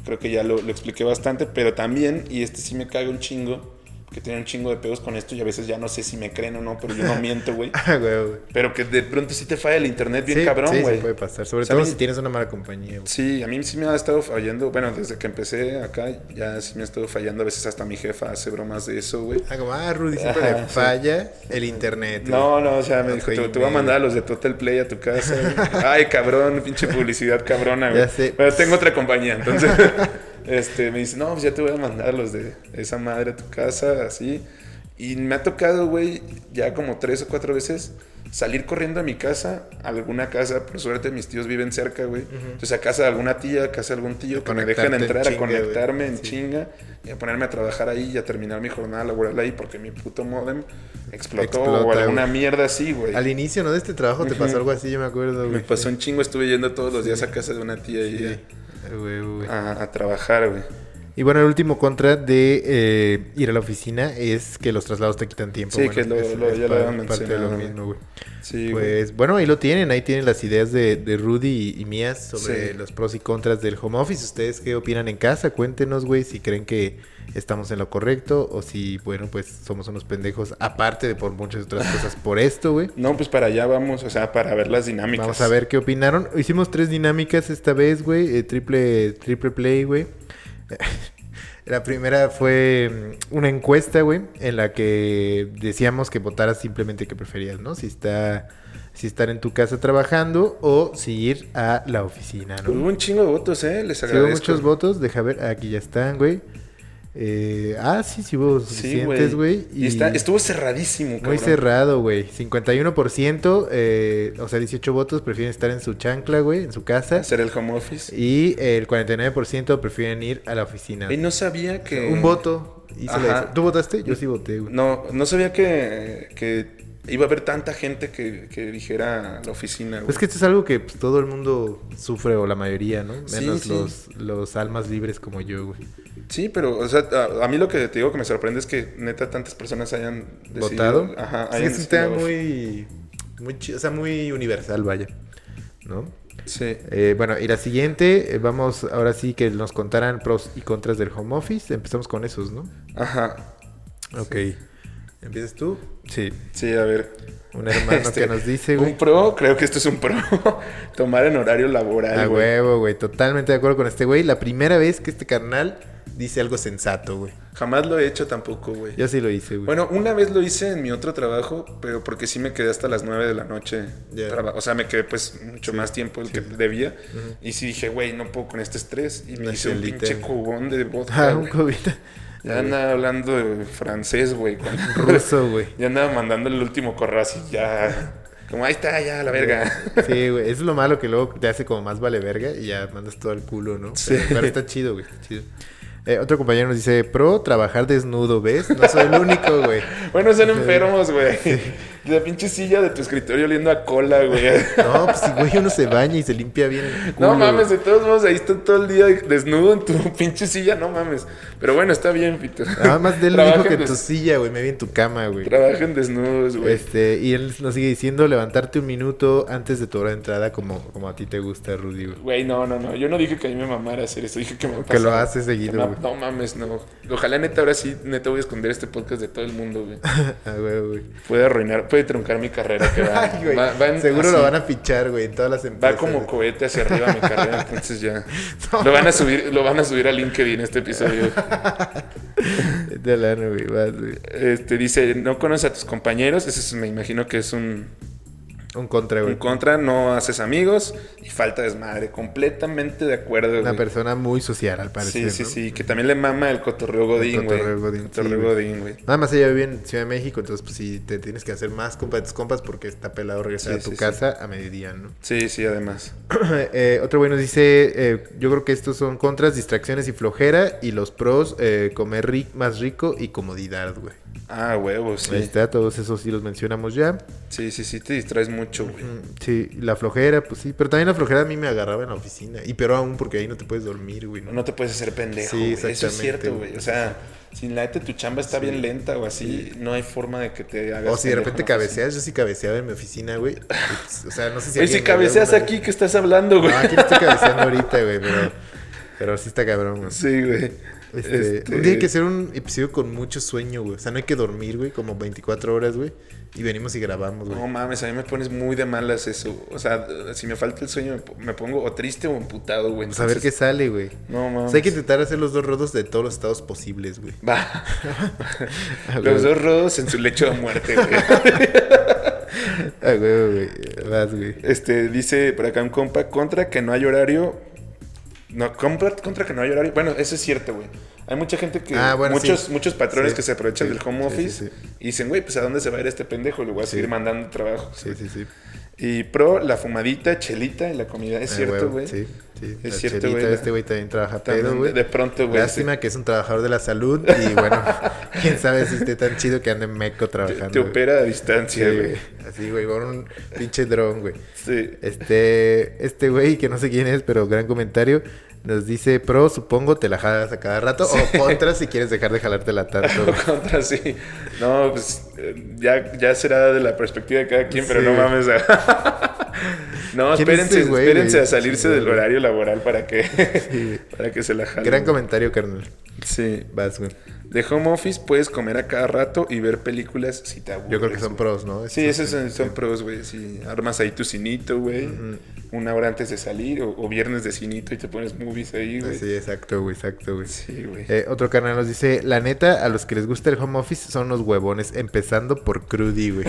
Creo que ya lo, lo expliqué bastante, pero también, y este sí me caga un chingo, que tiene un chingo de pedos con esto y a veces ya no sé si me creen o no, pero (laughs) yo no miento, güey. (laughs) Ah, güey, güey. Pero que de pronto sí te falla el internet bien Sí, cabrón, sí, güey. Sí, puede pasar. Sobre O sea, a todo mí- si tienes una mala compañía, güey. Sí, a mí sí me ha estado fallando. Bueno, desde que empecé acá ya sí me ha estado fallando. A veces hasta mi jefa hace bromas de eso, güey. Ah, como, ah, Rudy siempre Ajá, le sí. falla el internet. No, güey. no, o sea, me No dijo, fue te, te voy a email. mandar a los de Total Play a tu (laughs) casa. güey". Ay, cabrón, pinche publicidad cabrona, güey. Ya sé. Pero tengo otra compañía, entonces (laughs) este, me dice, no, pues ya te voy a mandar los de esa madre a tu casa, así. Y me ha tocado, güey, ya como tres o cuatro veces salir corriendo a mi casa, a alguna casa, por suerte mis tíos viven cerca, güey. Entonces a casa de alguna tía, a casa de algún tío, que me dejan Conectarte en entrar a chinga, güey. conectarme en Sí. chinga y a ponerme a trabajar ahí y a terminar mi jornada laboral ahí porque mi puto modem explotó o Explota, alguna güey. mierda así, güey. Al inicio, ¿no? De este trabajo te pasó algo así, yo me acuerdo, güey. Me pasó un chingo, estuve yendo todos los días a casa de una tía Sí. y Güey, güey. a, a trabajar, güey. Y bueno, el último contra de eh, ir a la oficina es que los traslados te quitan tiempo. Sí, Bueno, que lo- es- lo- es ya lo pa- habían parte de lo mencionado, mismo, güey. Sí, güey. Pues bueno, ahí lo tienen, ahí tienen las ideas de, de Rudy y, y mías sobre Sí. los pros y contras del home office. ¿Ustedes qué opinan en casa? Cuéntenos, güey, si creen que estamos en lo correcto o si, bueno, pues somos unos pendejos, aparte de por muchas otras cosas, por esto, güey. No, pues para allá vamos, o sea, para ver las dinámicas. Vamos a ver qué opinaron. Hicimos tres dinámicas esta vez, güey. eh, triple, triple play, güey. (laughs) La primera fue mm, una encuesta, güey, en la que decíamos que votaras simplemente que preferías, ¿no? Si está si estar en tu casa trabajando o si ir a la oficina, ¿no? Pues, Hubo un chingo de votos, ¿eh? Les Sí hubo agradezco. muchos votos, deja ver, aquí ya están, güey. Eh, ah, sí, sí hubo Sí, suficientes, güey. Y, está, estuvo cerradísimo, cabrón. Muy cerrado, güey. 51%, eh, o sea, 18 votos prefieren estar en su chancla, güey, en su casa. Hacer el home office. Y el 49% prefieren ir a la oficina. Y no sabía que... Un voto. hizo la Ajá. diferencia. ¿Tú votaste? Yo sí voté, güey. No, no sabía que, que iba a haber tanta gente que, que dijera la oficina, güey. Es que esto es algo que pues, todo el mundo sufre, o la mayoría, ¿no? Sí, Menos sí. Los, los almas libres como yo, güey. Sí, pero, o sea, a, a mí lo que te digo que me sorprende es que neta tantas personas hayan decidido- ¿Votado? Ajá, Sí, hayan es un tema decidido- muy, muy chi- o sea, muy universal, vaya. ¿No? Sí. Eh, bueno, y la siguiente, eh, vamos ahora sí que nos contaran pros y contras del home office. Empezamos con esos, ¿no? Ajá. Ok. ¿Empiezas tú? Sí. Sí, a ver. Un (laughs) hermano Este, que nos dice, Un güey. pro, creo que esto es un pro. (laughs) Tomar en horario laboral, A güey. huevo, güey. Totalmente de acuerdo con este güey. La primera vez que este carnal dice algo sensato, güey. Jamás lo he hecho tampoco, güey. Yo sí lo hice, güey. Bueno, una vez lo hice en mi otro trabajo, pero porque sí me quedé hasta las 9 de la noche. Ya. traba- O sea, me quedé pues mucho más tiempo el que debía. Y sí dije, güey, no puedo con este estrés. Y me Una hice un chelita. pinche cubón de Ah, vodka. un güey. cobita. (laughs) ya andaba hablando de francés, güey. con- Ruso, güey. ya andaba mandando el último corrazo y ya. Como ahí está, ya, la verga. Sí, güey. Eso es lo malo que luego te hace como más vale verga y ya mandas todo al culo, ¿no? Sí. Pero, pero está chido, güey. está chido. Eh, otro compañero nos dice, pro, trabajar desnudo, ¿ves? No soy el único, güey. bueno, son enfermos, güey. La pinche silla de tu escritorio oliendo a cola, güey. No, pues, güey, uno se baña y se limpia bien el culo. No mames, güey. de todos modos, ahí está todo el día desnudo en tu (laughs) pinche silla, no mames. Pero bueno, está bien, Pito. Nada más de él me dijo que en des- tu silla, güey. Me vi en tu cama, güey. Trabajen desnudos, güey. Este, y él nos sigue diciendo levantarte un minuto antes de tu hora de entrada como, como a ti te gusta, Rudy, güey. (laughs) Güey, no, no, no. Yo no dije que a mí me mamara hacer eso. Dije que me Que lo pasaba. haces Que seguido, ma- güey. No mames, no. Ojalá neta ahora sí, neta voy a esconder este podcast de todo el mundo, güey. Ah, güey, güey. Puede arruinar, puede truncar mi carrera. Que va, (laughs) Ay, güey. va- va en- Seguro así, lo van a fichar, güey, en todas las empresas. Va como cohete hacia arriba mi carrera, entonces ya. (laughs) No. Lo van a subir, lo van a subir a LinkedIn este (laughs) episodio. De lana, güey. vas, güey. Este dice, no conoces a tus compañeros, eso es- me imagino que es un, Un contra, güey. un contra, no haces amigos y falta desmadre, completamente de acuerdo. güey. Una persona muy social, al Sí, parecer. sí, ¿no? sí, que también le mama el cotorreo godín, güey. cotorreo godín, sí, Cotorreo güey. godín, güey. Nada más ella vive en Ciudad de México, entonces pues sí te tienes que hacer más compa de tus compas porque está pelado regresar Sí, a tu sí, sí. casa a mediodía, ¿no? (clears throat) Sí, sí, además. Eh, otro güey nos dice, eh, yo creo que estos son contras, distracciones y flojera, y los pros, eh, comer ri- más rico y comodidad, güey. Ah, huevos, Ahí sí. está, todos esos sí los mencionamos ya. Sí, sí, sí, te distraes mucho, güey. Mm, Sí, la flojera, pues sí, pero también la flojera a mí me agarraba en la oficina, y pero aún porque ahí no te puedes dormir, güey. ¿no? No te puedes hacer pendejo. Sí, güey. Eso es exactamente, cierto, güey. güey. O sea, si la neta tu chamba está bien lenta o así, no hay forma de que te hagas. o si de pendejo, repente ¿no? cabeceas, yo sí cabeceaba en mi oficina, güey. (laughs) Ups, O sea, no sé si... Oye, si alguien me vio cabeceas alguna aquí, ¿qué estás hablando, vez. güey? No, aquí no estoy cabeceando ahorita, güey, pero, pero sí está cabrón, güey. Sí, güey. Este, Este, un día hay que hacer un episodio con mucho sueño, güey. O sea, no hay que dormir, güey, como 24 horas, güey. Y venimos y grabamos, güey. No mames, a mí me pones muy de malas eso. O sea, si me falta el sueño, me po- me pongo o triste o emputado, güey. Vamos Pues a ver qué Entonces, sale, güey. No O mames. sea, hay que intentar hacer los dos rodos de todos los estados posibles, güey. (laughs) Va. Ah, güey. Los dos rodos en su lecho de muerte, (laughs) güey. Ah, güey, güey. Vas, güey. Este, dice por acá un compa, contra que no hay horario. No, contra, contra que no hay horario. Bueno, eso es cierto, güey. Hay mucha gente que. Ah, bueno, muchos, sí. muchos patrones Sí, que se aprovechan sí, del home sí, sí, office sí. y dicen, güey, pues a dónde se va a ir este pendejo, le voy a seguir mandando trabajo. Sí, sí, sí. Y pro, la fumadita, chelita y la comida. Es Ah, cierto, huevo, güey. sí. Sí, Es la cierto, chelita, güey, la- Este güey también trabaja También pedo, de- güey. de pronto, güey, Lástima que es un trabajador de la salud y bueno, (laughs) quién sabe si esté tan chido que ande meco Te, trabajando. te güey. opera a Sí, distancia, güey. güey. Así, güey, con un pinche dron, güey. Sí. Este, este güey, que no sé quién es, pero gran comentario, nos dice, pro, supongo te la jalas a cada rato, o contra si quieres dejar de jalártela (laughs) tanto. güey. Contra sí. No, pues eh, ya, ya será de la perspectiva de cada quien, pero Sí. no mames. no, (laughs) ¿Quién es espérense, ese güey, espérense güey? a salirse Sí, del güey. horario laboral para que, Sí. (laughs) para que se la jalen. Gran güey. comentario, carnal. Sí. Vas, güey. De home office puedes comer a cada rato y ver películas si te aburres. Yo creo que son güey. pros, ¿no? Sí, Estos- esos son, son pros, güey. Si armas ahí tu cinito, güey. Ujú. Una hora antes de salir o, o viernes de cinito y te pones movies ahí, güey. Sí, exacto, güey, exacto, güey. Sí, güey. Eh, otro canal nos dice, la neta, a los que les gusta el home office son los huevones, empezando por Crudy, güey.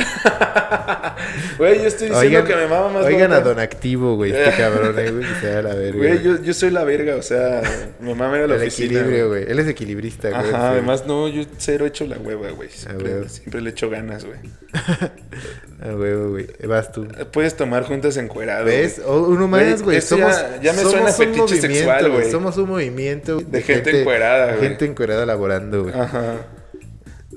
Güey, yo estoy (laughs) diciendo que me mama más. oigan a Boca. Don Activo, güey, este cabrón, eh, güey, que se da la verga. Güey, yo, yo soy la verga, o sea, me mama ir a la El oficina. equilibrio, güey. güey. Él es equilibrista, güey. Ajá, sí. además no, yo cero echo la hueva, güey. Siempre, huevo. siempre le echo ganas, güey. Ah, huevo, güey. Vas tú. Puedes tomar juntas encuerado. ¿Ves? Oh, güey. O- uno Güey, más, güey. esto Somos, ya- ya me somos suena un fetiche movimiento, sexual, güey. Somos un movimiento De gente encuerada, güey. Ah. Gente encuerada laborando, güey. Ajá. (laughs)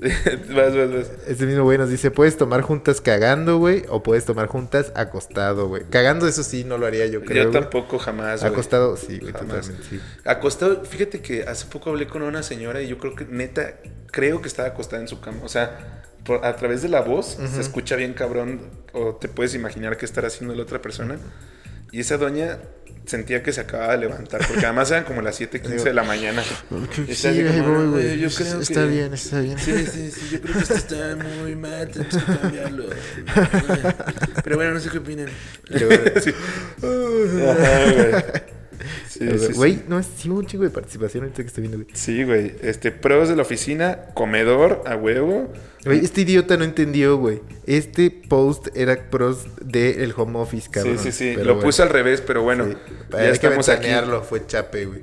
vas, vas, vas. Este mismo güey nos dice, puedes tomar juntas cagando, güey, o puedes tomar juntas acostado, güey. Cagando, eso sí, no lo haría yo, creo. yo güey. tampoco jamás, güey. Acostado, sí, güey, Jamás. totalmente, sí. Acostado, fíjate que hace poco hablé con una señora y yo creo que neta, creo que estaba acostada en su cama. O sea, por- a través de la voz se escucha bien cabrón o te puedes imaginar qué estará haciendo la otra persona. Y esa doña sentía que se acababa de levantar, porque además eran como las 7:15 de la mañana. Y Sí, estaba así ahí como, voy, "No, güey. Yo creo está que- bien, está bien. Sí, (laughs) sí, sí, yo creo que esto está muy mal, tenemos que cambiarlo. Pero bueno, no sé qué opinan. Pero bueno. (laughs) Sí. Ajá, güey. Sí, sí, sí. Güey, no, sí, hubo un chingo de participación ahorita que estoy viendo, güey. Sí, güey. Este, pruebas de la oficina, comedor a huevo. Güey, este idiota no entendió, güey. Este post era pros del home office, cabrón. sí, sí, sí. Pero Lo bueno, puse al revés, pero bueno. sí. Hay Ya estamos que aquí. ventanearlo, fue chape, güey.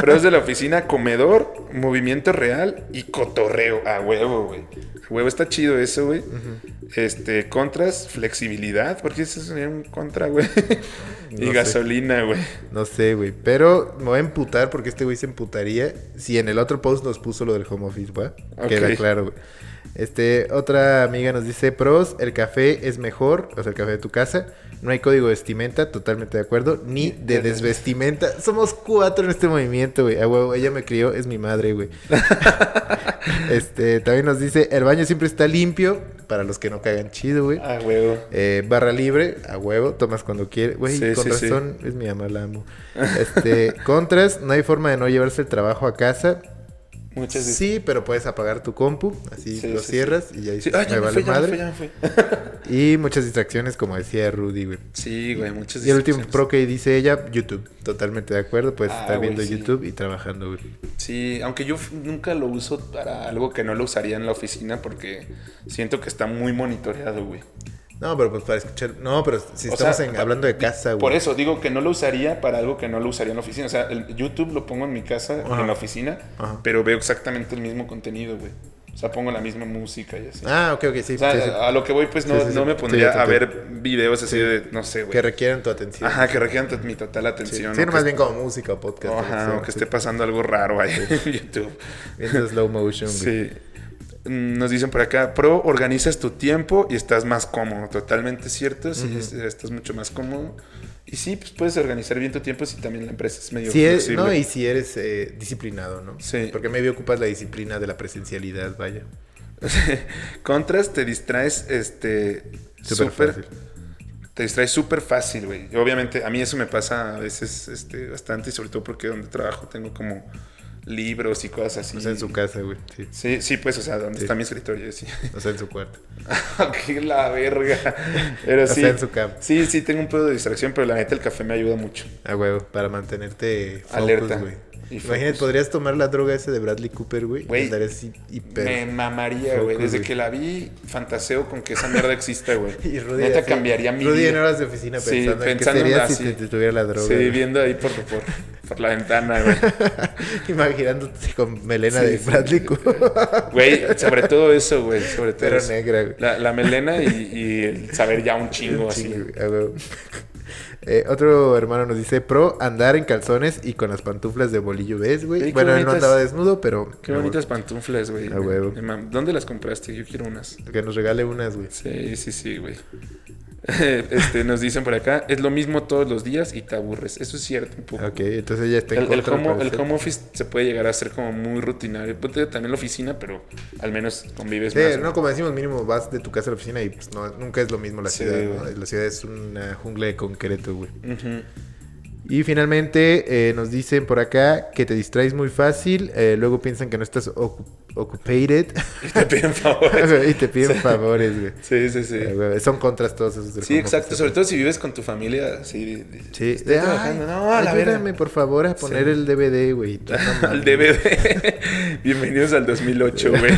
Pruebas de la oficina, comedor, movimiento real y cotorreo a huevo, güey. A huevo está chido eso, güey. Este, contras, flexibilidad, porque eso es un contra, (laughs) güey. y No sé. gasolina, güey. No sé, güey. Pero me voy a emputar porque este güey se emputaría si en el otro post nos puso lo del home office, güey. Ok. Queda claro, güey. Este, otra amiga nos dice, pros, el café es mejor, o sea, el café de tu casa, no hay código de vestimenta, totalmente de acuerdo, ni de desvestimenta. Somos cuatro en este movimiento, güey. A huevo, ella me crió, es mi madre, güey. este, también nos dice, el baño siempre está limpio, para los que no cagan chido, güey. A huevo. Eh, barra libre, a huevo, tomas cuando quieres. Güey, Sí, con sí, sí. razón, es mi mamá, la amo. (laughs) Este, contras, no hay forma de no llevarse el trabajo a casa. Muchas gracias. Sí, pero puedes apagar tu compu, así Sí, lo sí, sí. cierras y ya dices, Ah, ya me me fui, vale ya me madre. fui, ya me fui. Y muchas distracciones, como decía Rudy, güey. Sí, güey, muchas Y el último distracciones. pro que dice ella, YouTube. Totalmente de acuerdo, puedes Ah, estar güey, viendo sí. YouTube y trabajando, güey. Sí, aunque yo f- nunca lo uso para algo que no lo usaría en la oficina porque siento que está muy monitoreado, güey. No, pero pues para escuchar. No, pero si O estamos sea, en- hablando de casa, güey. Por eso digo que no lo usaría para algo que no lo usaría en la oficina. O sea, el YouTube lo pongo en mi casa, Ajá. en la oficina, Ajá. pero veo exactamente el mismo contenido, güey. O sea, pongo la misma música y así. Ah, ok, ok, sí. o sea, sí, sí. a lo que voy, pues no, Sí, sí, sí. no me Sí, pondría ya te a ver entiendo. videos así de, no sé, Que güey. requieren tu atención. Ajá, que requieran to- mi total Sí, atención. sí, o no, más que- bien como música o podcast. o lo que Ajá, sea, o que sí. esté pasando algo raro ahí en YouTube. Viendo slow motion, güey. Sí. Mm, Nos dicen por acá, pro, organizas tu tiempo y estás más cómodo. Totalmente cierto, sí, es- estás mucho más cómodo. Y sí, pues puedes organizar bien tu tiempo si también la empresa es medio Si eres, flexible. eh, no, y si eres eh, disciplinado, ¿no? Sí. Porque medio ocupas la disciplina de la presencialidad, vaya. Contras, te distraes, este, Súper súper, fácil. te distraes súper fácil, güey. Y Obviamente, a mí eso me pasa a veces este, bastante y sobre todo porque donde trabajo tengo como libros y cosas así. O sea, Pues en su casa, güey. Sí. Sí, sí, pues, o sea, donde Sí. está mi escritorio, sí. O sea, en su cuarto. (laughs) ¡Qué la verga! Pero O sí. sea, en su campo. Sí, sí, tengo un pedo de distracción, pero la neta el café me ayuda mucho. A huevo, para mantenerte focus, Alerta. güey. Y Imagínate, focus. podrías tomar la droga esa de Bradley Cooper, güey. Güey, Y andarías así hiper. Me mamaría, güey. Focus, Desde güey. que la vi, fantaseo con que esa mierda exista, güey. (laughs) (laughs) Y Rudy Neta así- cambiaría mi Rudy vida. en horas de oficina Sí, pensando, en qué pensando en sería la- si sí. te, te tuviera la droga. sí, güey. viendo ahí por, por, por la ventana, güey. (laughs) Imaginándote con melena Sí, de sí. Bradley Cooper. Güey, sobre todo eso, güey. Sobre todo Pero eso. negra, güey. (laughs) La, la melena y, y el saber ya un chingo, así. Sí, güey, a huevo. (laughs) Eh, otro hermano nos dice, pro, andar en calzones y con las pantuflas de bolillo, ¿ves, Ey, güey? qué Bueno, él no bonitas- andaba desnudo, pero... Qué me bonitas pantuflas, güey. A huevo. Me mam- ¿Dónde las compraste? Yo quiero unas. gusta. Que nos regale unas, güey. Sí, sí, sí, güey. (laughs) Este, nos dicen por acá, es lo mismo todos los días y te aburres. Eso es cierto un poco. Ok, entonces ella está en El, el contra, al home, el parecer. home office se puede llegar a ser como muy rutinario. Ponte también la oficina, pero al menos convives Sí, más. no, como decimos, mínimo vas de tu casa a la oficina y pues, no, nunca es lo mismo la Sí, ciudad. ¿no? güey. La ciudad es una jungla de concreto, güey. Ujú. (laughs) Y finalmente eh, nos dicen por acá que te distraes muy fácil, eh, luego piensan que no estás ocu- (laughs) occupated Y te piden favores. (laughs) y te piden favores, güey. Sí, sí, sí. Eh, güey, Son contras todos esos. del Sí, home exacto. office. Sobre todo si vives con tu familia. Sí, de- de- Sí, estoy de, "Ay, trabajando. No, a la ayúdame verga. por favor a poner Sí. el DVD, (laughs) güey. Y tú, no mames. Al DVD. (laughs) Bienvenidos al 2008, (laughs) güey.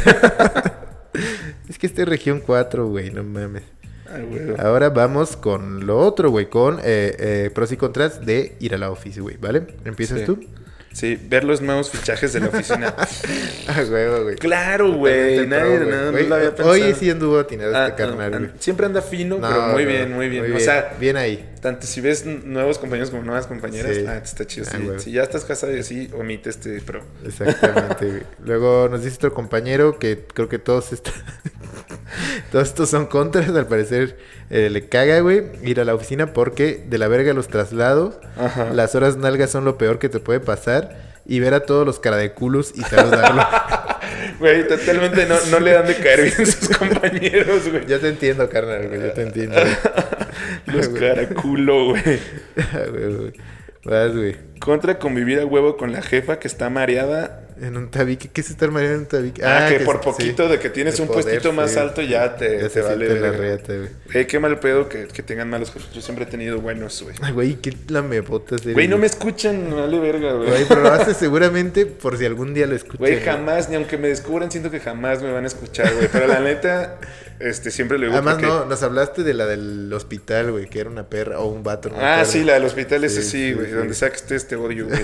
Es que este es región 4, güey, no mames. Ay, güey. Ahora vamos con lo otro, güey, con eh, eh, pros y contras de ir a la oficina, güey, ¿vale? ¿Empiezas Sí. (laughs) tú? Sí, ver los nuevos fichajes de la oficina. (laughs) Ah, güey, güey. claro, güey. Totalmente Nadie, pro, güey. no, no Güey, lo había pensado. Oye, sí anduvo atinado Ah, este carnal, ah, güey. Siempre anda fino, No, pero muy no, bien, muy bien. O sea, bien ahí. tanto si ves n- nuevos compañeros como nuevas compañeras, Sí. ah, está chido. Ah, sí. güey. si ya estás casado y así, omite este pro. Exactamente. güey. Luego nos dice otro compañero que creo que todos est- (laughs) todos estos son contras, al parecer eh, le caga, güey, ir a la oficina porque de la verga los traslados, Ajá. las horas nalgas son lo peor que te puede pasar y ver a todos los cara de culos (laughs) y saludarlos. Güey, totalmente no, no le dan de caer bien (laughs) sus compañeros, güey. yo te entiendo, carnal, güey, yo te (laughs) entiendo. Los güey. caraculo, güey. Güey, güey. Vas, güey. Contra convivir a huevo con la jefa que está mareada. En un tabique, ¿qué es estar mareado en un tabique? Ah, que, por sí. poquito de que tienes De un poder, puestito más sí. alto ya te, Ya te se vale siente la verga. reata, güey. Güey, qué mal pedo que, que tengan malos jefes. Yo siempre he tenido buenos, güey. Ay, güey, qué lamebotas eres, Güey, no me escuchan, me vale verga, Güey, güey. pero lo haces seguramente por si algún día lo (laughs) escuchas. Güey, jamás, ni aunque me descubran, siento que jamás me van a escuchar, güey. Pero la neta, este, siempre lo digo Además, porque- no, nos hablaste de la del hospital, güey, que era una perra o un vato. no me Ah, acuerdo. sí, la del hospital es Sí, así, sí, güey. sí. Donde sea que estés, te (laughs) odio, güey.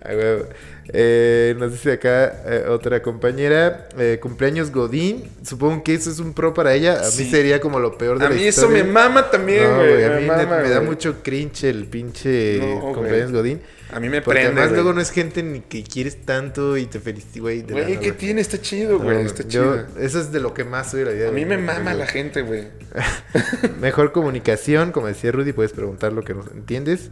Ah, güey. Eh, nos dice acá eh, otra compañera, eh, cumpleaños Godín. Supongo que eso es un pro para ella. A Sí. mí sería como lo peor de a la mí eso me historia. mama también, No, güey. a me mí me, mama, me da güey. mucho cringe el pinche No, güey. cumpleaños Godín. A mí me Porque prende, además güey. luego no es gente ni que quieres tanto y te felicito, güey. de la Güey, nada, ¿qué tiene? Está chido, güey. No, Está yo- chido. Eso es de lo que más soy de la vida. A mí güey, me güey, mama güey. la gente, güey. (laughs) Mejor comunicación, como decía Rudy, puedes preguntar lo que no entiendes.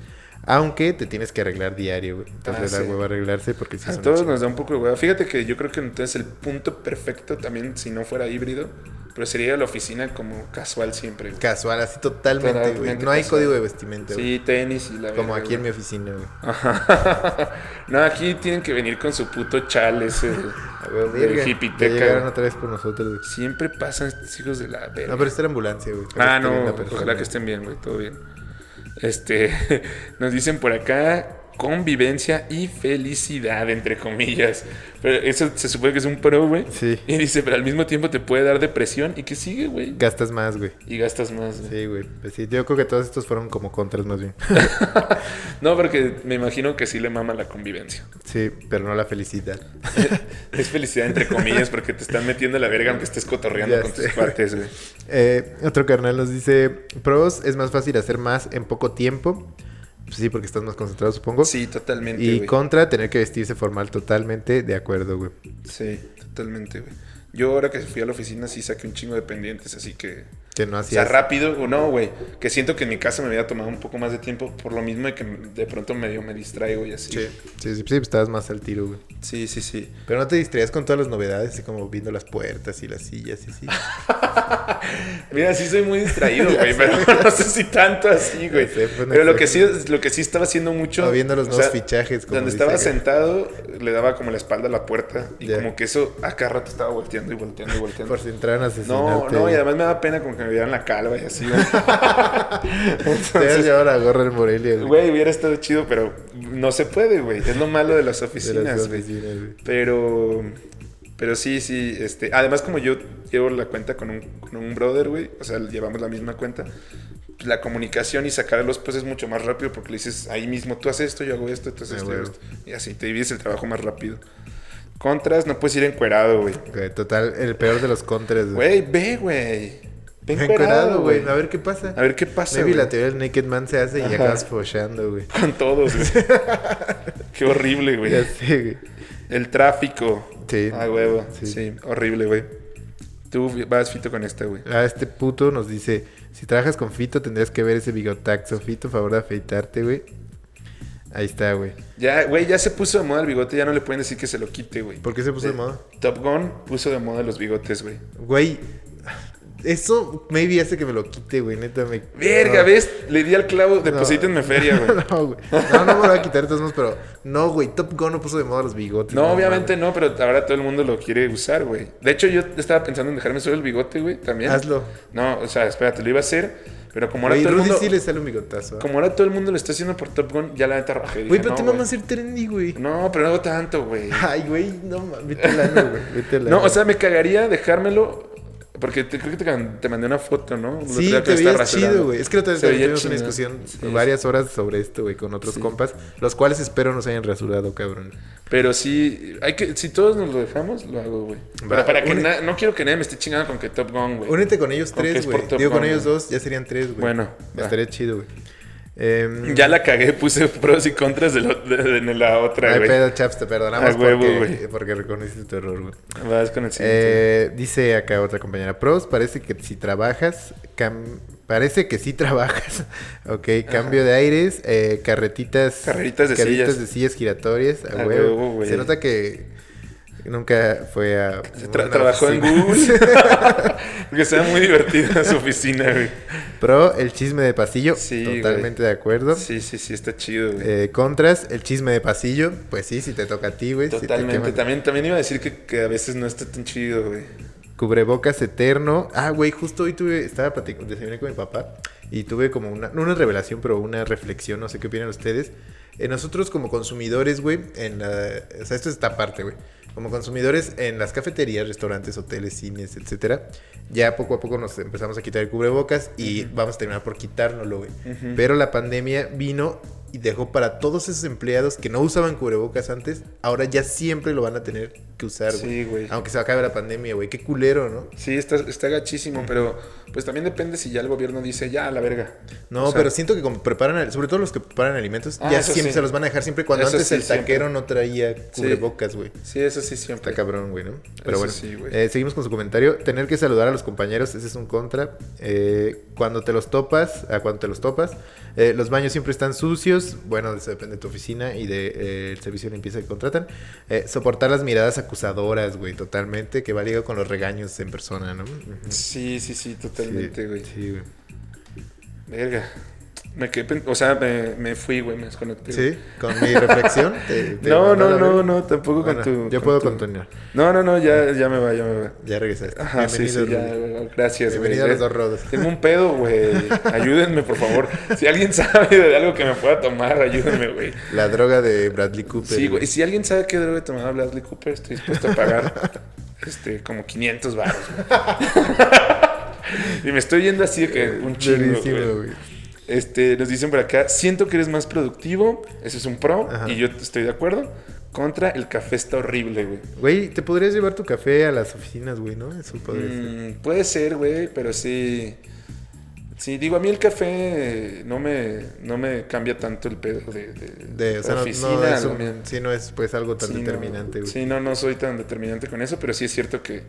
Aunque te tienes que arreglar diario, güey. Entonces Ah, la sí. hueva arreglarse porque si A son todos nos da un poco de hueva. Fíjate que yo creo que entonces el punto perfecto también, si no fuera híbrido, pero sería la oficina como casual siempre, güey. Casual, así totalmente, güey. Totalmente No hay casual. código de vestimenta, güey. Sí, tenis y la Como verga, aquí en mi güey. oficina, güey. Ajá. (laughs) No, aquí tienen que venir con su puto chal ese. A huevo, Del verga. hipiteca, Ya llegaron güey. otra vez por nosotros, güey. Siempre pasan estos hijos de la verga. No, pero esta era ambulancia, güey. Ah, Ojalá esté bien no, la persona. eh. ojalá que estén bien, güey, todo bien. Este, (laughs) nos dicen por acá convivencia y felicidad, entre comillas. Pero eso se supone que es un pro, güey. Sí. Y dice, pero al mismo tiempo te puede dar depresión y que sigue, güey. Gastas más, güey. Y gastas más. güey. Sí, güey. Pues sí, yo creo que todos estos fueron como contras más bien. (laughs) No, porque me imagino que sí le mama la convivencia. Sí, pero no la felicidad. es felicidad, entre comillas, porque te están metiendo la verga aunque estés cotorreando Ya con sé. tus cuates, güey. Eh, otro carnal nos dice, pros, es más fácil hacer más en poco tiempo. Pues sí, porque estás más concentrado, supongo. Sí, totalmente. Y güey. contra, tener que vestirse formal totalmente, de acuerdo, güey. Sí, totalmente, güey. Yo ahora que fui a la oficina sí saqué un chingo de pendientes, así que Que no O sea, hacías... rápido o no, güey. Que siento que en mi casa me había tomado un poco más de tiempo por lo mismo de que de pronto medio me distraigo y así. Sí, sí, sí, sí, estabas más al tiro, güey. sí, sí. sí. Pero no te distraías con todas las novedades, así como viendo las puertas y las sillas (laughs) y así. Mira, sí soy muy (laughs) distraído, güey, pero no sé si tanto así, güey. Ya sé, fue un Pero lo que sí exceso. lo que sí estaba haciendo mucho O viendo los o nuevos sea, fichajes, como Donde dice estaba que- sentado le daba como la espalda a la puerta y Ya. como que eso a cada rato estaba volteando y volteando y volteando. Por si entraran a asesinarte. no, no, y además me daba pena como que me vieran la calva y así, güey. (laughs) Te habías llevado la gorra en Morelia, güey. Güey, hubiera estado chido, pero no se puede, güey. Es lo malo de las De las oficinas, güey. oficinas, güey. Pero, pero sí, sí, este, además como yo llevo la cuenta con un, con un brother, güey, o sea, llevamos la misma cuenta, pues, la comunicación y sacar los pues es mucho más rápido porque le dices ahí mismo, tú haces esto, yo hago esto, tú haces Ah, esto, yo huevo. hago esto, y así te divides el trabajo más rápido. Contras, no puedes ir encuerado, güey. Güey, Total, el peor de los contras, güey. Güey, ve, güey. Ven Encuerado, güey. A ver qué pasa. A ver qué pasa. Maybe güey. la teoría del Naked Man se hace y Ajá. acabas follando, güey. Con todos, güey. (laughs) Qué horrible, güey. Ya sé, güey. El tráfico. Sí. Ah, huevo. Sí. Sí. horrible, güey. Tú vas fito con esta, güey. Ah, este puto nos dice, si trabajas con Fito tendrás que ver ese bigotaxo. Fito, favor de afeitarte, güey. Ahí está, güey. Ya, güey, ya se puso de moda el bigote, ya no le pueden decir que se lo quite, güey. ¿Por qué se puso de Eh, moda? Top Gun puso de moda los bigotes, güey. Güey, eso maybe hace que me lo quite, güey. Neta, me... Verga, no. ¿ves? Le di al clavo, No. deposítenme (laughs) feria, güey. no, güey. No, no me lo voy a quitar de todos modos, pero... No, güey, Top Gun no puso de moda los (laughs) bigotes. No, obviamente no, pero ahora todo el mundo lo quiere usar, güey. De hecho, yo estaba pensando en dejarme solo el bigote, güey, también. Hazlo. No, o sea, espérate, lo iba a hacer, pero como ahora Güey, todo el Rudy mundo... sí le sale un bigotazo. ¿eh? Como ahora todo el mundo lo está haciendo por Top Gun, ya la neta rajé. Güey, Dije, pero no, te güey. mamas ser trendy, güey. No, pero no tanto, güey. Ay, güey, no mames. Vete al ano, güey. Vete al No, ano. o sea, me cagaría dejármelo. Porque te- creo que te, can- te mandé una foto, ¿no? El otro Sí, día que te estaba veías rasurando. chido, güey. Es que la otra vez Se también veía tuvimos una chingón. discusión Sí. varias horas sobre esto, güey, con otros Sí. compas, los cuales espero nos hayan rasurado, cabrón. Pero sí, hay que, si todos nos lo dejamos, lo hago, güey. Pero Va, para que une- na- no quiero que nadie me esté chingando con que Top Gun, güey. Únete con ellos Aunque es tres, por güey. Top Digo, con Gun, ellos güey. dos ya serían tres, güey. Bueno, va. Estaría chido, güey. Em, Ya la cagué, puse pros y contras de, lo- de- de- de la otra, Ay, güey. pedo, chaps, te perdonamos A huevo, porque, güey. porque reconociste tu error, güey. Vas con el siguiente. Eh, dice acá otra compañera, pros, parece que si trabajas, cam- parece que sí (laughs) trabajas, ok, cambio de aires, eh, carretitas, Carreritas de carreritas sillas. de sillas giratorias, a A huevo. huevo, güey. se nota que nunca fue a... Se tra- una trabajó en oficina. (laughs) Google. (laughs) Porque estaba muy divertida su oficina, güey. Pro, el chisme de pasillo, Sí, totalmente de acuerdo. Sí, sí, sí, está chido, güey. Eh, contras, el chisme de pasillo, pues sí, si te toca a ti, güey. si te Totalmente. queman- también, también iba a decir que, que a veces no está tan chido, güey. Cubrebocas eterno. Ah, güey, justo hoy tuve, estaba platicando, desayuné con mi papá y tuve como una, no una revelación, pero una reflexión, no sé qué opinan ustedes. Eh, nosotros como consumidores, güey, en la, o sea, esto es esta parte, güey. Como consumidores en las cafeterías, restaurantes, hoteles, cines, etcétera, ya poco a poco nos empezamos a quitar el cubrebocas y vamos a terminar por quitárnoslo, güey. Pero la pandemia vino y dejó para todos esos empleados que no usaban cubrebocas antes, ahora ya siempre lo van a tener que usar, güey. Sí, güey. Ah, Aunque se acabe la pandemia, güey. Qué culero, ¿no? Sí, está, está gachísimo, pero pues también depende si ya el gobierno dice, ya, a la verga. No, O sea, pero siento que como preparan, sobre todo los que preparan alimentos, Ah, ya eso siempre sí. se los van a dejar siempre cuando Eso antes sí, el taquero no traía Sí. cubrebocas, güey. Sí, eso sí siempre. Está cabrón, güey, ¿no? Pero Eso bueno, sí, güey. eh, seguimos con su comentario. Tener que saludar a los compañeros, ese es un contra. Eh, cuando te los topas, a cuando te los topas, eh, los baños siempre están sucios. Bueno, eso depende de tu oficina y del de, eh, el servicio de limpieza que contratan. Eh, soportar las miradas acusadoras, güey, totalmente, que va ligado con los regaños en persona, ¿no? Ujú. Sí, sí, sí, totalmente, Sí, güey. Sí, güey. Verga. Me quedé, pen- o sea, me, me fui, güey, me desconecté. güey. Sí, con mi reflexión. te- (laughs) te No, mandó a no, la no, verga. no, tampoco Bueno, con tu... Yo con puedo tu- continuar. No, no, no, ya, ya me va, ya me va. Ya regresaste. Ajá, sí, sí, ya, Rudy. güey, gracias, güey. Bienvenido a los dos rodos. Tengo un pedo, güey. Ayúdenme, por favor. Si alguien (laughs) sabe de algo que me pueda tomar, ayúdenme, güey. La droga de Bradley Cooper. Sí, güey. Y si alguien sabe qué droga tomaba Bradley Cooper, estoy dispuesto a (laughs) pagar este, como 500 baros. (laughs) y me estoy yendo así de que un chingo, Eh, Durísimo, güey. güey. Este, nos dicen por acá, siento que eres más productivo, ese es un pro, Ajá. y yo estoy de acuerdo. Contra el café está horrible, güey. Güey, te podrías llevar tu café a las oficinas, güey, ¿no? Eso podría ser. Mm, puede ser, güey, pero sí. Sí, digo, a mí el café eh, no me, no me cambia tanto el pedo de, de, De, o sea, no- oficina. no, es lo un- mío. sí, no es pues algo tan Sí, no, determinante, güey. Sí, no, no soy tan determinante con eso, pero sí es cierto que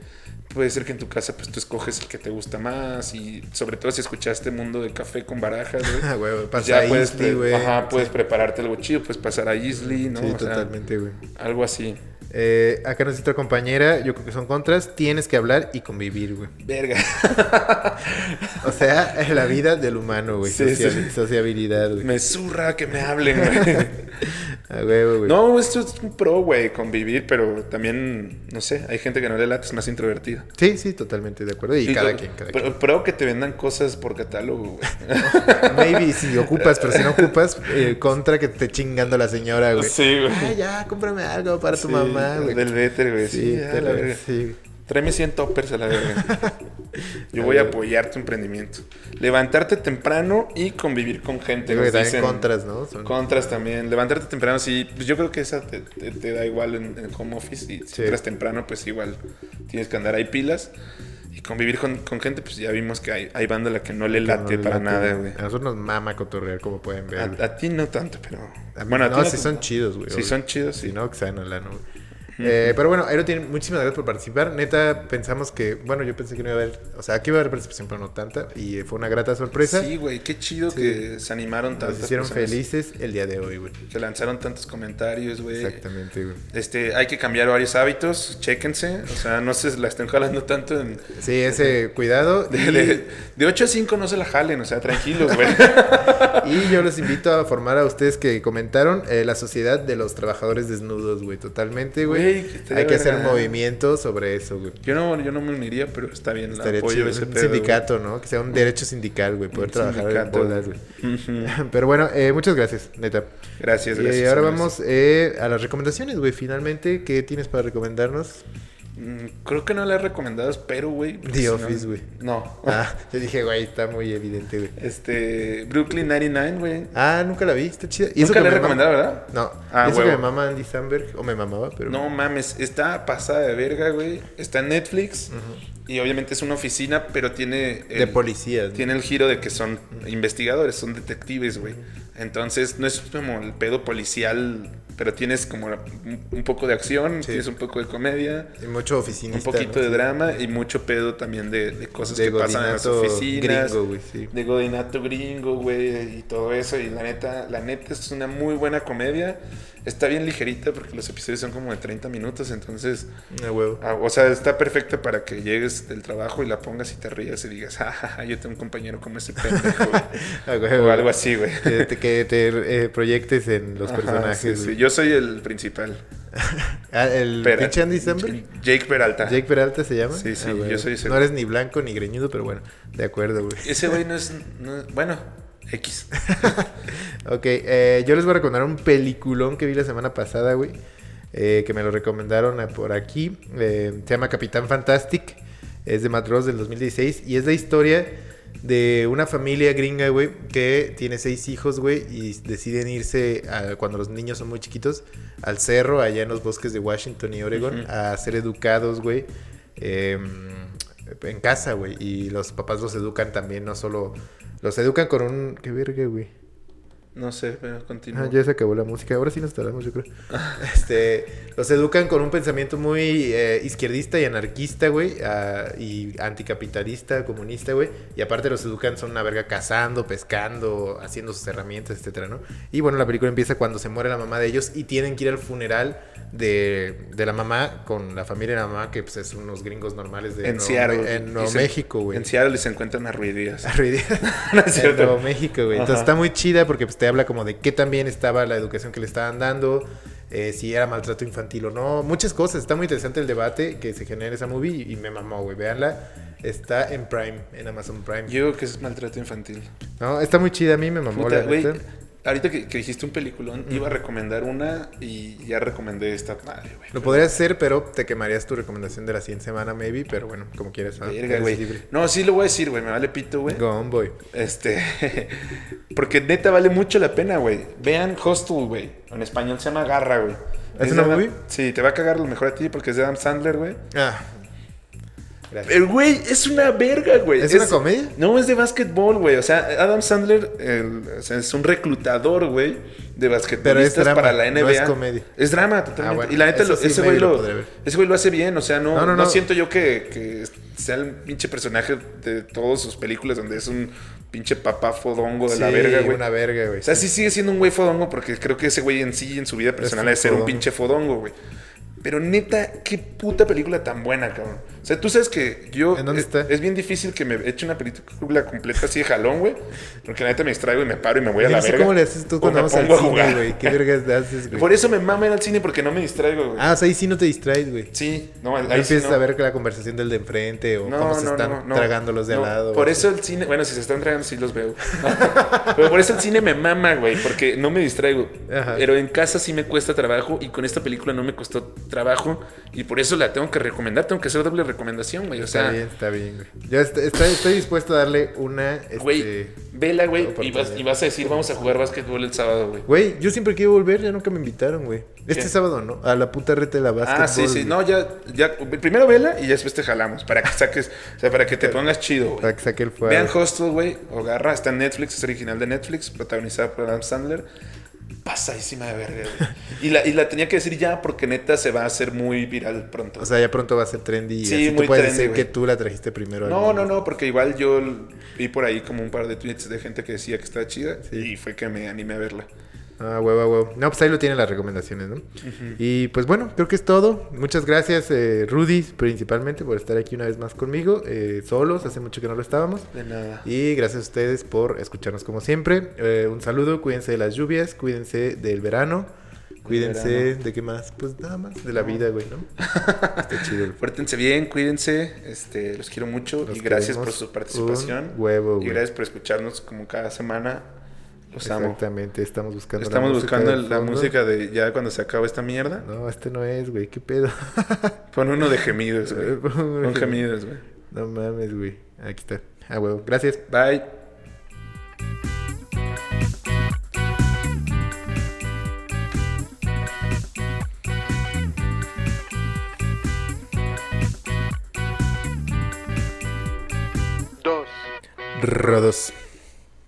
puede ser que en tu casa pues tú escoges el que te gusta más y sobre todo si escuchaste Mundo de Café con barajas, (laughs) (laughs) Ah, güey. güey, pues pasa ya puedes, Isley, pre- güey. ajá, puedes prepararte algo chido, puedes pasar a Isli, ¿no? Sí, O sea, totalmente, güey. algo así. Eh, acá nuestra compañera, yo creo que son contras. Tienes que hablar y convivir, güey. Verga. O sea, la vida del humano, güey. Sí, sí. Sociabil- Sociabilidad, güey. Me zurra que me hablen, güey. A huevo, (laughs) güey. No, esto es un pro, güey, convivir, pero también, no sé, hay gente que no le late, es más introvertida. Sí, sí, totalmente de acuerdo. Y, cada yo- quien, cada pero, Pro que te vendan cosas por catálogo, (laughs) güey. quien. Maybe si ocupas, pero si no ocupas, eh, contra que te esté chingando la señora, güey. sí, güey. Ah, ya, cómprame algo para tu Sí, mamá, güey. Del Better, güey. Sí, Sí, a te la la- verga. sí. Tráeme 100 toppers a la (laughs) verga. Yo A voy a ver. apoyar tu emprendimiento. Levantarte temprano y convivir con gente. Digo que nos también dicen. contras, ¿no? Son- Contras también. Levantarte temprano, sí. Pues yo creo que esa te, te- te da igual en, en home office. Y si Sí. entras temprano, pues igual tienes que andar ahí pilas. Y convivir con, con gente, pues ya vimos que hay, hay banda a la que no le Que late no para late. Ah, nada, güey. A nosotros nos mama cotorrear, como pueden ver. A, a ti no tanto, pero. A mí- Bueno, a ti no, si son chidos, güey. Si obvio. son chidos, sí. Si no, que sean al ano, güey. Eh, pero bueno, Aerotin, muchísimas gracias por participar. Neta, pensamos que, bueno, yo pensé que no iba a haber, o sea, que iba a haber participación, pero no tanta. Y eh, fue una grata sorpresa. Sí, güey, qué chido Sí. que se animaron tantas Nos hicieron personas, felices el día de hoy, güey. Que lanzaron tantos comentarios, güey. Exactamente, güey. Este, hay que cambiar varios hábitos, chéquense. O sea, no se la estén jalando tanto en- Sí, ese (laughs) cuidado. De, de, de 8 a 5 no se la jalen, o sea, tranquilos, (laughs) güey. Y yo los invito a formar a ustedes que comentaron eh, la sociedad de los trabajadores desnudos, güey, totalmente, güey. Güey, que estaría Hay que hacer verga. movimiento sobre eso, güey. Yo no, yo no me uniría, pero está bien, Estaría apoyo chido, ese un pedo, Mm. sindicato, ¿no? Que sea un derecho sindical, güey, poder Un trabajar en sindicato. bolas, güey. güey. Ujú. (laughs) Pero bueno, eh, muchas gracias, neta. Y Gracias, gracias. eh, ahora gracias. vamos eh, a las recomendaciones, güey, finalmente. ¿Qué tienes para recomendarnos? Mm, Creo que no la he recomendado, espero, güey. porque The si no- Office, güey. No. Ah, (laughs) yo dije, güey, está muy evidente, güey. Este, Brooklyn 99, güey. Ah, nunca la vi, está chida. Y eso Nunca que la he me mama- recomendado, ¿verdad? No, Ah, y eso que huevo. me mama Andy Samberg, o me mamaba, pero... No mames, está pasada de verga, güey. Está en Netflix y obviamente es una oficina, pero tiene el, de policías. ¿no? tiene el giro de que son investigadores, son detectives, güey. Entonces no es como el pedo policial, pero tienes como un, un poco de acción, Sí. tienes un poco de comedia, Y mucho oficinista. un poquito ¿no? de drama y mucho pedo también de, de cosas De que pasan en las godinato oficinas. gringo, güey, sí. De Godinato gringo, güey, y todo eso. Y la neta, la neta es una muy buena comedia. Está bien ligerita porque los episodios son como de 30 minutos, entonces, Ah, huevo. ah, o sea, está perfecta para que llegues del trabajo y la pongas y te rías y digas, (laughs) "Ah, "Ja, ja, ja, yo tengo un compañero como ese (laughs) pendejo, güey", Ah, huevo. o algo así, güey. Que te, que te, eh, proyectes en los Ajá, personajes. sí, sí. güey. Yo soy el principal. Ah, el Pera- pinche Andy Samberg. Jake Peralta. Jake Peralta se llama. Sí, sí, Ah, güey. yo soy ese No güey. eres ni blanco ni greñudo, pero bueno, de acuerdo, güey. Ese güey no es. no- bueno, X. Ok, eh, yo les voy a recomendar un peliculón que vi la semana pasada, güey. eh, que me lo recomendaron a- por aquí. eh, se llama Capitán Fantastic. Es de Matt Ross del 2016. Y es la historia de una familia gringa, güey, que tiene seis hijos, güey, y deciden irse a- cuando los niños son muy chiquitos al cerro, allá en los bosques de Washington y Oregon, Ujú. a ser educados, güey. em, en casa, güey. Y los papás los educan también, no solo. Los educan con un. ¿Qué verga, güey? No sé, pero continúa. Ah, ya se acabó la música. Ahora sí nos tardamos, yo creo. (laughs) Este, los educan con un pensamiento muy eh, izquierdista y anarquista, güey. ah, y anticapitalista, comunista, güey. Y aparte los educan, son una verga cazando, pescando, haciendo sus herramientas, etcétera, ¿no? Y bueno, la película empieza cuando se muere la mamá de ellos y tienen que ir al funeral de, de la mamá con la familia de la mamá, que pues es unos gringos normales de en Nuevo- Seattle. en Nuevo Y se- México, güey. En (laughs) Seattle les encuentran a Rui Díaz. (laughs) No es en cierto. Nuevo México, güey. Entonces Ajá. está muy chida porque pues, te habla como de qué tan bien estaba la educación que le estaban dando, eh, si era maltrato infantil o no, muchas cosas. Está muy interesante el debate que se genera en esa movie y, y me mamó, güey. Véanla. Está en Prime, en Amazon Prime. Yo digo que es maltrato infantil. No, está muy chida, a mí me mamó Puta, la güey. neta. Ahorita que, que dijiste un peliculón, iba a recomendar una y ya recomendé esta madre, güey. Lo podrías hacer, pero te quemarías tu recomendación de la siguiente semana, maybe. Pero bueno, como quieras. ¿no? Verga, Ah, Eres güey. libre. No, sí lo voy a decir, güey. Me vale pito, güey. Gone, boy. Este. (laughs) porque neta vale mucho la pena, güey. Vean Hostel, güey. En español se llama Garra, güey. ¿Es de una Adam- movie? Sí, te va a cagar lo mejor a ti porque es de Adam Sandler, güey. Ah. Gracias. El güey es una verga, güey. ¿Es una comedia? No, es de básquetbol, güey. O sea, Adam Sandler el- o sea, es un reclutador, güey, de basquetbolistas Pero es drama, para la NBA. no es comedia. Es drama, totalmente. Ah, bueno, y la neta, eso lo- sí, ese, maybe güey lo lo, podré ver. ese güey lo hace bien. O sea, no, No, no, no, no. siento yo que, que sea el pinche personaje de todas sus películas donde es un pinche papá fodongo de la Sí, verga, güey. Una verga, güey. O sea, sí sigue siendo un güey fodongo porque creo que ese güey en sí, en su vida personal, un ha de ser un fodongo. pinche fodongo, güey. Pero neta, qué puta película tan buena, cabrón. O sea, tú sabes que yo... ¿En dónde es, está? es bien difícil que me eche una película completa así de jalón, güey. Porque la neta me distraigo y me paro y me voy a Yo la no sé verga. cómo le haces tú O cuando me vamos al pongo a cine, jugar. güey. (laughs) ¿Qué vergas le haces, güey? Por eso me mama ir al cine porque no me distraigo, güey. Ah, o sea, ahí sí no te distraes, güey. Sí, no, ahí No sí empiezas no. a ver que la conversación del de enfrente o cómo se están tragando los de no. al lado. Por o- eso el cine, bueno, si se están tragando, sí los veo. (laughs) Pero por eso el cine me mama, güey, porque no me distraigo. Ajá. Pero en casa sí me cuesta trabajo y con esta película no me costó trabajo y por eso la tengo que recomendar, tengo que hacer doble recomendación, güey. O Está sea, bien, está bien, güey. Yo est- está- estoy dispuesto a darle una. este, güey, vela, güey, y vas, oportunidad. y vas a decir, vamos a jugar básquetbol el sábado, güey. Güey, yo siempre quiero volver, ya nunca me invitaron, güey. Este ¿Qué? sábado, ¿no? A la puta reta de la básquetbol. Ah, sí, sí. güey. No, ya, ya. Primero vela y ya después te jalamos para que saques, o sea, para que te pongas chido, güey. Para que saque el fuego. Vean Hostel, güey, o Garra, está en Netflix, es original de Netflix, protagonizada por Adam Sandler. Pasadísima de verga, güey. Y la, y la tenía que decir ya porque neta se va a hacer muy viral pronto. O sea, ya pronto va a ser trendy. Sí, así tú muy puedes trendy, decir güey. que tú la trajiste primero. no, al no, mundo. no, porque igual yo l- vi por ahí como un par de tweets de gente que decía que estaba chida Sí. y fue que me animé a verla. Ah, huevo, huevo. No, pues ahí lo tienen las recomendaciones, ¿no? Y pues bueno, creo que es todo. Muchas gracias, eh, Rudy, principalmente, por estar aquí una vez más conmigo. eh, solos, hace mucho que no lo estábamos. De nada. Y gracias a ustedes por escucharnos como siempre. Eh, un saludo, cuídense de las lluvias, cuídense del verano, cuídense verano. de qué más, pues nada más, de la vida, güey, (laughs) ¿no? Está chido. Pórtense bien, cuídense, este, los quiero mucho Los y gracias por queremos su participación. un huevo, y güey. gracias por escucharnos como cada semana. Los amo. Exactamente, estamos buscando la Estamos música buscando del la fondo. música de ya cuando se acaba esta mierda. No, este no es, güey, qué pedo. (laughs) Pon uno de gemidos, güey. Pon Pon gemidos, güey. no mames, güey. Aquí está. Ah, huevo. Gracias. Bye. dos. Rodos.